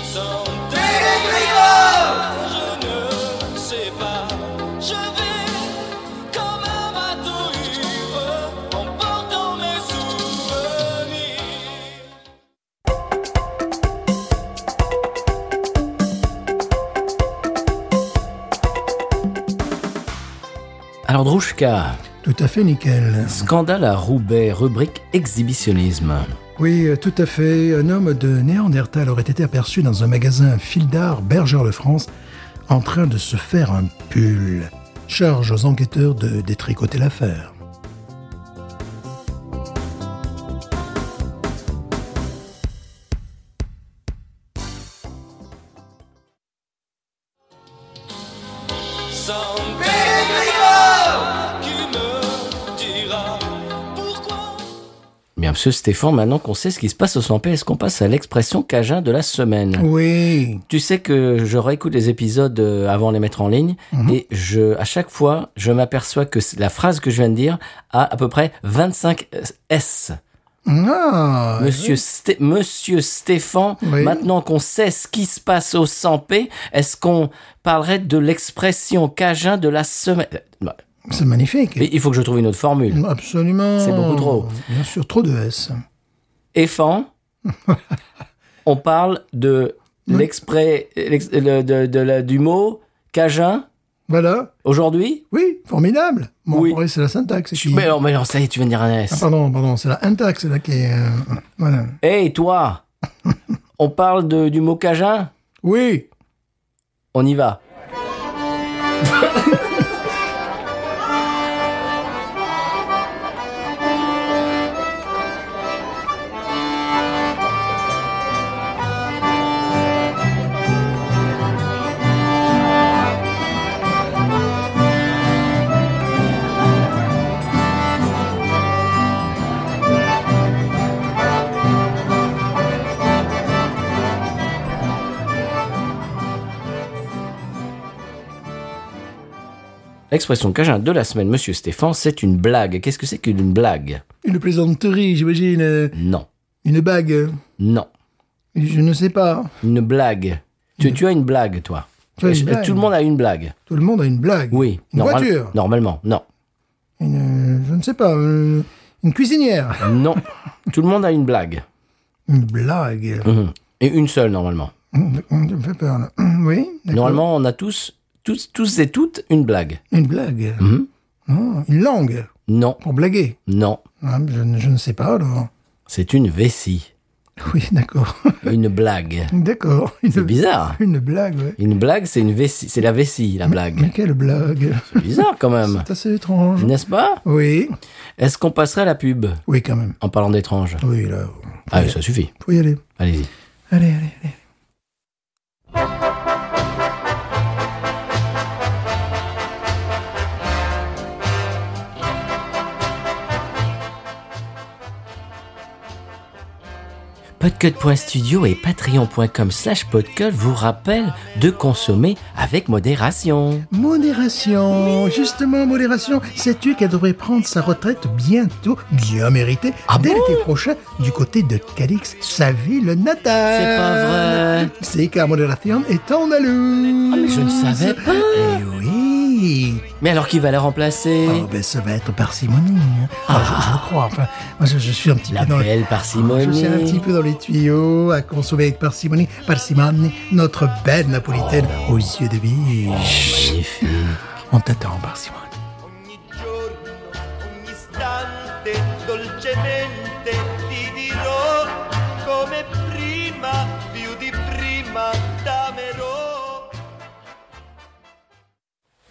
San Pellegrino, je ne sais pas, je vais comme un bateau ivre en portant mes souvenirs. Alors, Drouchka, Tout à fait nickel. scandale à Roubaix, rubrique exhibitionnisme. Oui, euh, tout à fait. Un homme de Néandertal aurait été aperçu dans un magasin fil d'art Bergère de France en train de se faire un pull. Charge aux enquêteurs de détricoter l'affaire. San Pellegrino, tu me diras pourquoi. Bien, monsieur Stéphane, maintenant qu'on sait ce qui se passe au Sampé, est-ce qu'on passe à l'expression cajun de la semaine Oui. Tu sais que je réécoute les épisodes euh, avant de les mettre en ligne et je, à chaque fois, je m'aperçois que c- la phrase que je viens de dire a à peu près 25 S. Ah, Monsieur, Sté- Monsieur Stéphane, Oui. maintenant qu'on sait ce qui se passe au 100p, est-ce qu'on parlerait de l'expression cajun de la semaine Bah, C'est magnifique. Il faut que je trouve une autre formule. Absolument. C'est beaucoup trop. Bien sûr, trop de S. Effan, on parle de l'exprès l'ex- le- de- de la- du mot cajun Voilà. Aujourd'hui Oui, formidable. Bon, Oui. après, c'est la syntaxe. qui- Mais non, mais non, ça y est, tu viens de dire un Ah, S. pardon, pardon, c'est la intaxe, là, qui est... euh, voilà. Hey, toi On parle de- du mot cajun Oui On y va. L'expression cajun de la semaine, monsieur Stéphane, c'est une blague. Qu'est-ce que c'est qu'une blague Une plaisanterie, j'imagine. euh, Non. Une bague. Non. Je ne sais pas. Une blague. Tu, tu as une blague, toi. Tu as une Je- blague. Tout le monde a une blague. Tout le monde a une blague. Oui. Une normal- voiture. Normalement, non. Une, euh, je ne sais pas. euh, une cuisinière. Non. tout le monde a une blague. Une blague. Mhm. Et une seule, normalement. Tu me fais peur, là. Oui d'accord. Normalement, on a tous, tous, tous et toutes une blague. Une blague. Mhm. Non, une langue. Non, Pour blaguer. non. Ah, mais je, ne- je ne sais pas, alors. C'est une vessie. Oui, d'accord. Une blague. d'accord. C'est Une, bizarre. une blague, oui. Une blague, c'est une vessie. C'est la vessie, la blague. Mais quelle blague. C'est bizarre quand même. C'est assez étrange. N'est-ce pas Oui. Est-ce qu'on passerait à la pub Oui, quand même. en parlant d'étrange Oui, là. Ah, ça suffit. Faut y aller. Allez-y. Allez, allez, allez. Podcut.studio et patreon.com slash podcut vous rappellent de consommer avec modération. Modération, justement, modération. Sais-tu qu'elle devrait prendre sa retraite bientôt, bien méritée, Ah dès bon l'été prochain, du côté de Calix, sa ville natale C'est pas vrai. C'est car modération est andalouse Ah, mais je ne savais pas. Eh oui Mais alors qui va la remplacer Oh, ben, ça va être parcimonie. hein. Ah, je, je le crois. Enfin, moi, je, je suis un petit La peu dans le- belle parcimonie. Je suis un petit peu dans les tuyaux, à consommer avec parcimonie. Parcimonie, notre belle napolitaine Oh. aux yeux de biche. Magnifique. On t'attend, parcimonie. Ogni giorno, ogni istante, dolcemente ti dirò come prima, più di prima t'amerò.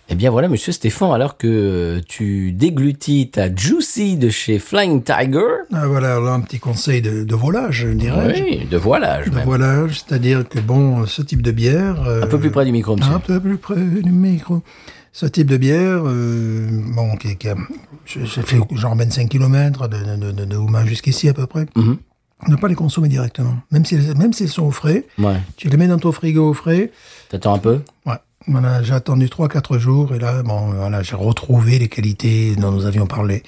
Eh bien voilà, monsieur Stéphane, alors que euh, tu déglutis ta Juicy de chez Flying Tiger. Ah, voilà, alors, un petit conseil de, de volage, dirais-je. Oui, de voilage De même. volage, c'est-à-dire que, bon, ce type de bière... euh, Un peu plus près du micro, monsieur. Un peu plus près du micro. Ce type de bière, euh, bon, qui, qui a- j'ai j'ai fait genre 25 km de, de, de, de Houma jusqu'ici à peu près. Mhm. Ne pas les consommer directement. Même si, même s'ils sont au frais, Ouais. tu les mets dans ton frigo au frais. T'attends un peu Ouais. Voilà, j'ai attendu 3-4 jours et là, bon, voilà, j'ai retrouvé les qualités dont nous avions parlé.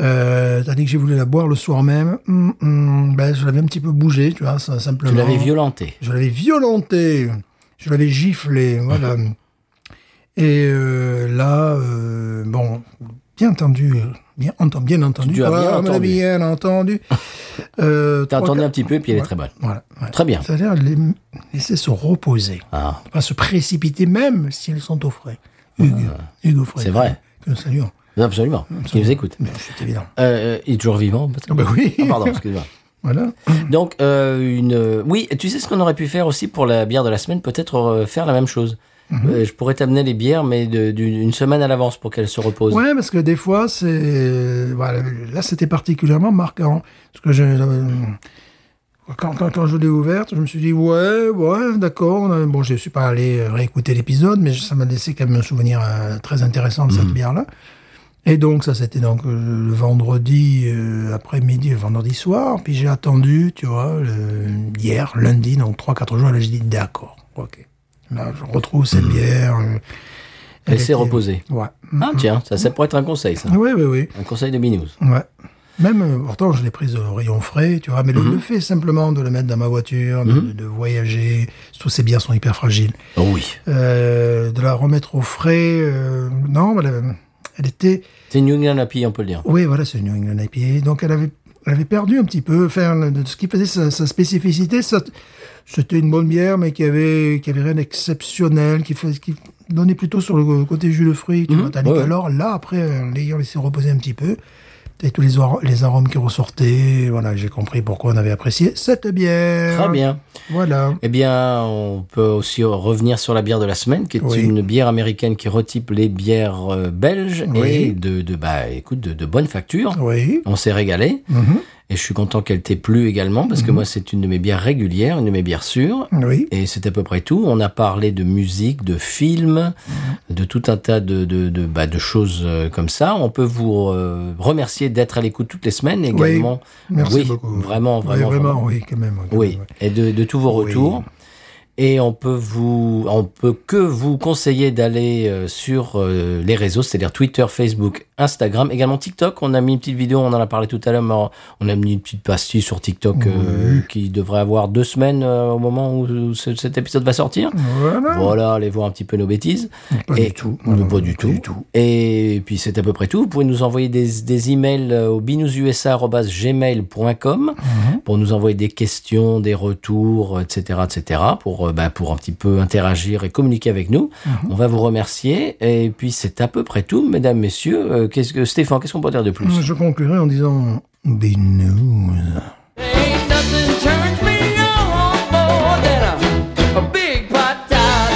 Euh, tandis que j'ai voulu la boire le soir même, hum, hum, ben, je l'avais un petit peu bougé, tu vois, ça, simplement. Tu l'avais violenté. Je l'avais violenté, je l'avais giflé, voilà. Et euh, là, euh, bon, bien entendu, bien, entendu, bien entendu, Tu as toi, bien on l'a entendu. bien entendu. Euh, T'as trois, attendu un quatre- petit peu et puis elle est Ouais. très bonne. Voilà, ouais. Très bien. C'est-à-dire les- laisser se reposer, Ah, pas se précipiter même s'ils sont au frais. Hugues, Hugues au frais. Ah. C'est vrai. Que nous saluons, absolument. Qui nous écoute. mais c'est évident. Euh, euh, il est toujours vivant peut-être Ah bah oui. Ah, pardon, excuse-moi. Voilà. Donc, euh, une. euh, Oui, tu sais ce qu'on aurait pu faire aussi pour la bière de la semaine Peut-être euh, faire la même chose. Mhm. Euh, je pourrais t'amener les bières, mais de- d'une une semaine à l'avance pour qu'elles se reposent. Ouais, parce que des fois, c'est. Voilà, là, c'était particulièrement marquant. Parce que je. euh, Quand, quand, quand je l'ai ouverte, je me suis dit, ouais, ouais, d'accord. on a- Bon, je ne suis pas allé euh, réécouter l'épisode, mais ça m'a laissé quand même un souvenir euh, très intéressant de Mhm. cette bière-là. Et donc, ça, c'était donc euh, le vendredi euh, après-midi, le vendredi soir. Puis j'ai attendu, tu vois, euh, hier, lundi, donc 3-4 jours. Là, j'ai dit, d'accord, ok. Là, je retrouve cette bière. euh, elle Mhm. Elle s'est était- reposée. Ouais. Ah, tiens, ça, ça pourrait être un conseil, ça. Oui, oui, oui. Un conseil de Binous. Ouais. Même, euh, pourtant, je l'ai prise au rayon frais, tu vois, mais le, le fait simplement de le mettre dans ma voiture, de, de- de voyager, tous ces biens sont hyper fragiles, Oh oui. euh, de la remettre au frais, euh, non, voilà, elle était, C'est New England Happy, on peut le dire. oui, voilà, c'est New England IPA, donc elle avait, elle avait perdu un petit peu, enfin, le- de ce qui faisait sa, sa spécificité, ça, c'était une bonne bière, mais qui avait, qui avait rien d'exceptionnel, qui, fais- qui donnait plutôt sur le côté jus de fruits. tu vois. Tandis Mhm. ouais, ouais. qu'alors, là, après, euh, l'ayant laissé reposer un petit peu, et tous les, ar- les arômes qui ressortaient, voilà, j'ai compris pourquoi on avait apprécié cette bière. Très bien. Voilà. Eh bien, on peut aussi revenir sur la bière de la semaine, qui est Oui. une bière américaine qui retype les bières euh, belges et Oui. de, de bah, écoute, de, de bonne facture. Oui. Mhm. On s'est régalé et je suis content qu'elle t'ait plu également parce que moi, c'est une de mes bières régulières, une de mes bières sûres. Oui. Et c'est à peu près tout. On a parlé de musique, de films, Mhm. de tout un tas de, de, de, bah, de choses euh, comme ça. On peut vous euh, remercier d'être à l'écoute toutes les semaines également. Merci Oui, beaucoup. Vraiment, Oui, vraiment, vraiment. oui, quand même. quand Oui, même, ouais. et de, de tous vos Oui. retours. Et on peut vous, on peut que vous conseiller d'aller euh, sur euh, les réseaux, c'est-à-dire Twitter, Facebook, Instagram, également TikTok. On a mis une petite vidéo, on en a parlé tout à l'heure, mais on- on a mis une petite pastille sur TikTok euh, qui devrait avoir deux semaines euh, au moment où, où ce- cet épisode va sortir. Voilà. Voilà, allez voir un petit peu nos bêtises. Pas Et- du tout. Non, Voilà, pas du tout. Et puis c'est à peu près tout. Vous pouvez nous envoyer des, des emails euh, au binoususa.gmail.com pour nous envoyer des questions, des retours, etc., etc., pour, euh, bah, pour un petit peu interagir et communiquer avec nous. On va vous remercier. Et puis c'est à peu près tout, mesdames, messieurs. Euh, Qu'est-ce que Stéphane, qu'est-ce qu'on peut dire de plus Euh, Je conclurai en disant Binous. Ain't nothing turns me on more than a, a big patat.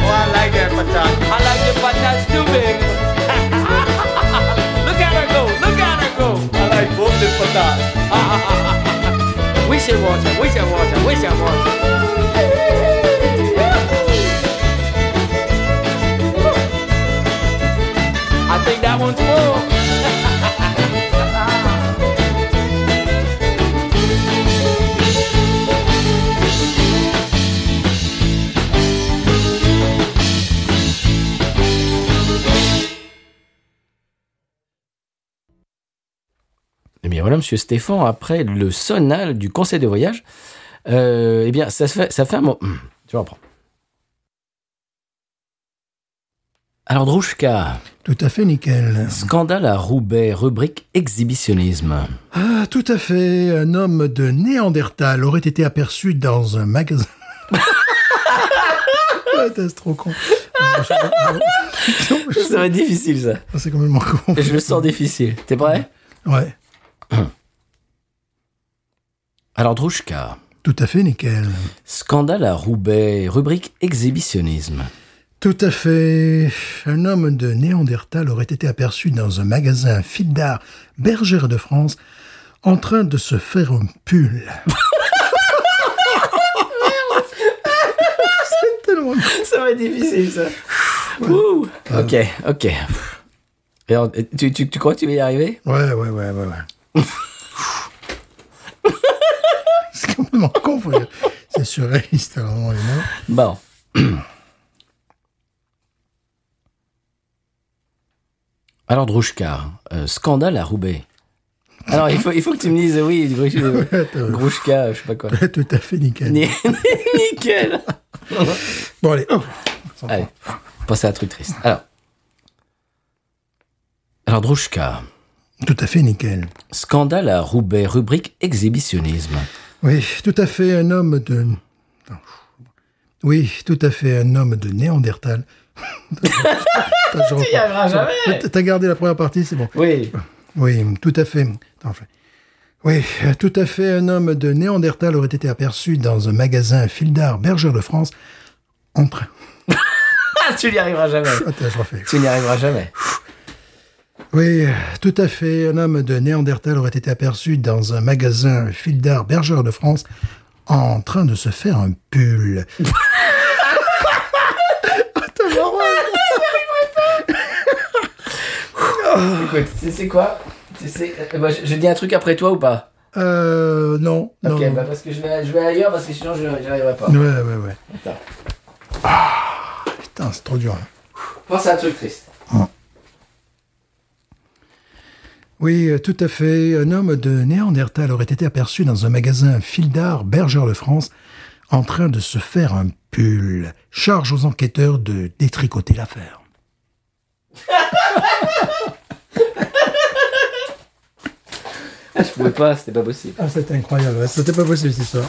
Oh, I like that patat. I like the patats too big. look at her go, look at her go. I like both the patats. we should watch her, we should watch her, we should watch her. I think that one's full. Eh bien voilà, Monsieur Stéphane, après le sonal du conseil de voyage, euh, eh bien ça, se fait, ça fait un mot. Je reprends. Alors, Drouchka, Tout à fait nickel. scandale à Roubaix, rubrique exhibitionnisme. Ah, tout à fait. Un homme de Néandertal aurait été aperçu dans un magasin. Ouais, T'es trop con. Non, je- non, je- Ça va être difficile, ça. non, C'est quand même con. Je le sens difficile. T'es prêt Ouais, Alors, Drouchka, tout à fait nickel. scandale à Roubaix, rubrique exhibitionnisme. Tout à fait. Un homme de Néandertal aurait été aperçu dans un magasin fil d'art Bergère de France en train de se faire un pull. C'est tellement con. Ça va être difficile, ça. Ouh. Ok, ok. Et alors, tu, tu- tu crois que tu vas y arriver Ouais, ouais, ouais, ouais, ouais. C'est complètement con, faut dire. C'est surréaliste, vraiment. les mots. Bon. Alors, Drouchka, euh, scandale à Roubaix. Alors, il faut, il faut que tu me dises, euh, oui, Attends. Drouchka, je sais pas quoi. Ouais, Tout à fait nickel. Ni- Nickel Bon, allez. Oh. Allez, passez à un truc triste. Alors. Alors, Drouchka, Tout à fait nickel. scandale à Roubaix, rubrique exhibitionnisme. Oui, tout à fait un homme de. Attends. Oui, tout à fait un homme de Néandertal. Attends, je reprends. T'as- T'as gardé la première partie, c'est bon. Oui. Oui, tout à fait. Attends, je- Oui, euh, tout à fait un homme de Néandertal aurait été aperçu dans un magasin fil d'art Bergère de France en train. Ah, tu n'y arriveras jamais. Attends, je refais. Tu n'y arriveras jamais. Oui, euh, tout à fait un homme de Néandertal aurait été aperçu dans un magasin fil d'art Bergère de France en train de se faire un pull. Écoute, tu sais quoi Tu sais, euh, moi, je- je dis un truc après toi ou pas Euh, non, non. Ok, non. bah parce que je vais, je vais ailleurs parce que sinon je n'y arriverai pas. Ouais, ouais, ouais. Attends. Putain, c'est trop dur. là. Pense à un truc triste. Oui, euh, tout à fait. Un homme de Néandertal aurait été aperçu dans un magasin fil d'art Bergère de France en train de se faire un pull. Charge aux enquêteurs de détricoter l'affaire. Ah, je pouvais pas, c'était pas possible. Ah, c'est incroyable. C'était pas possible, cette histoire.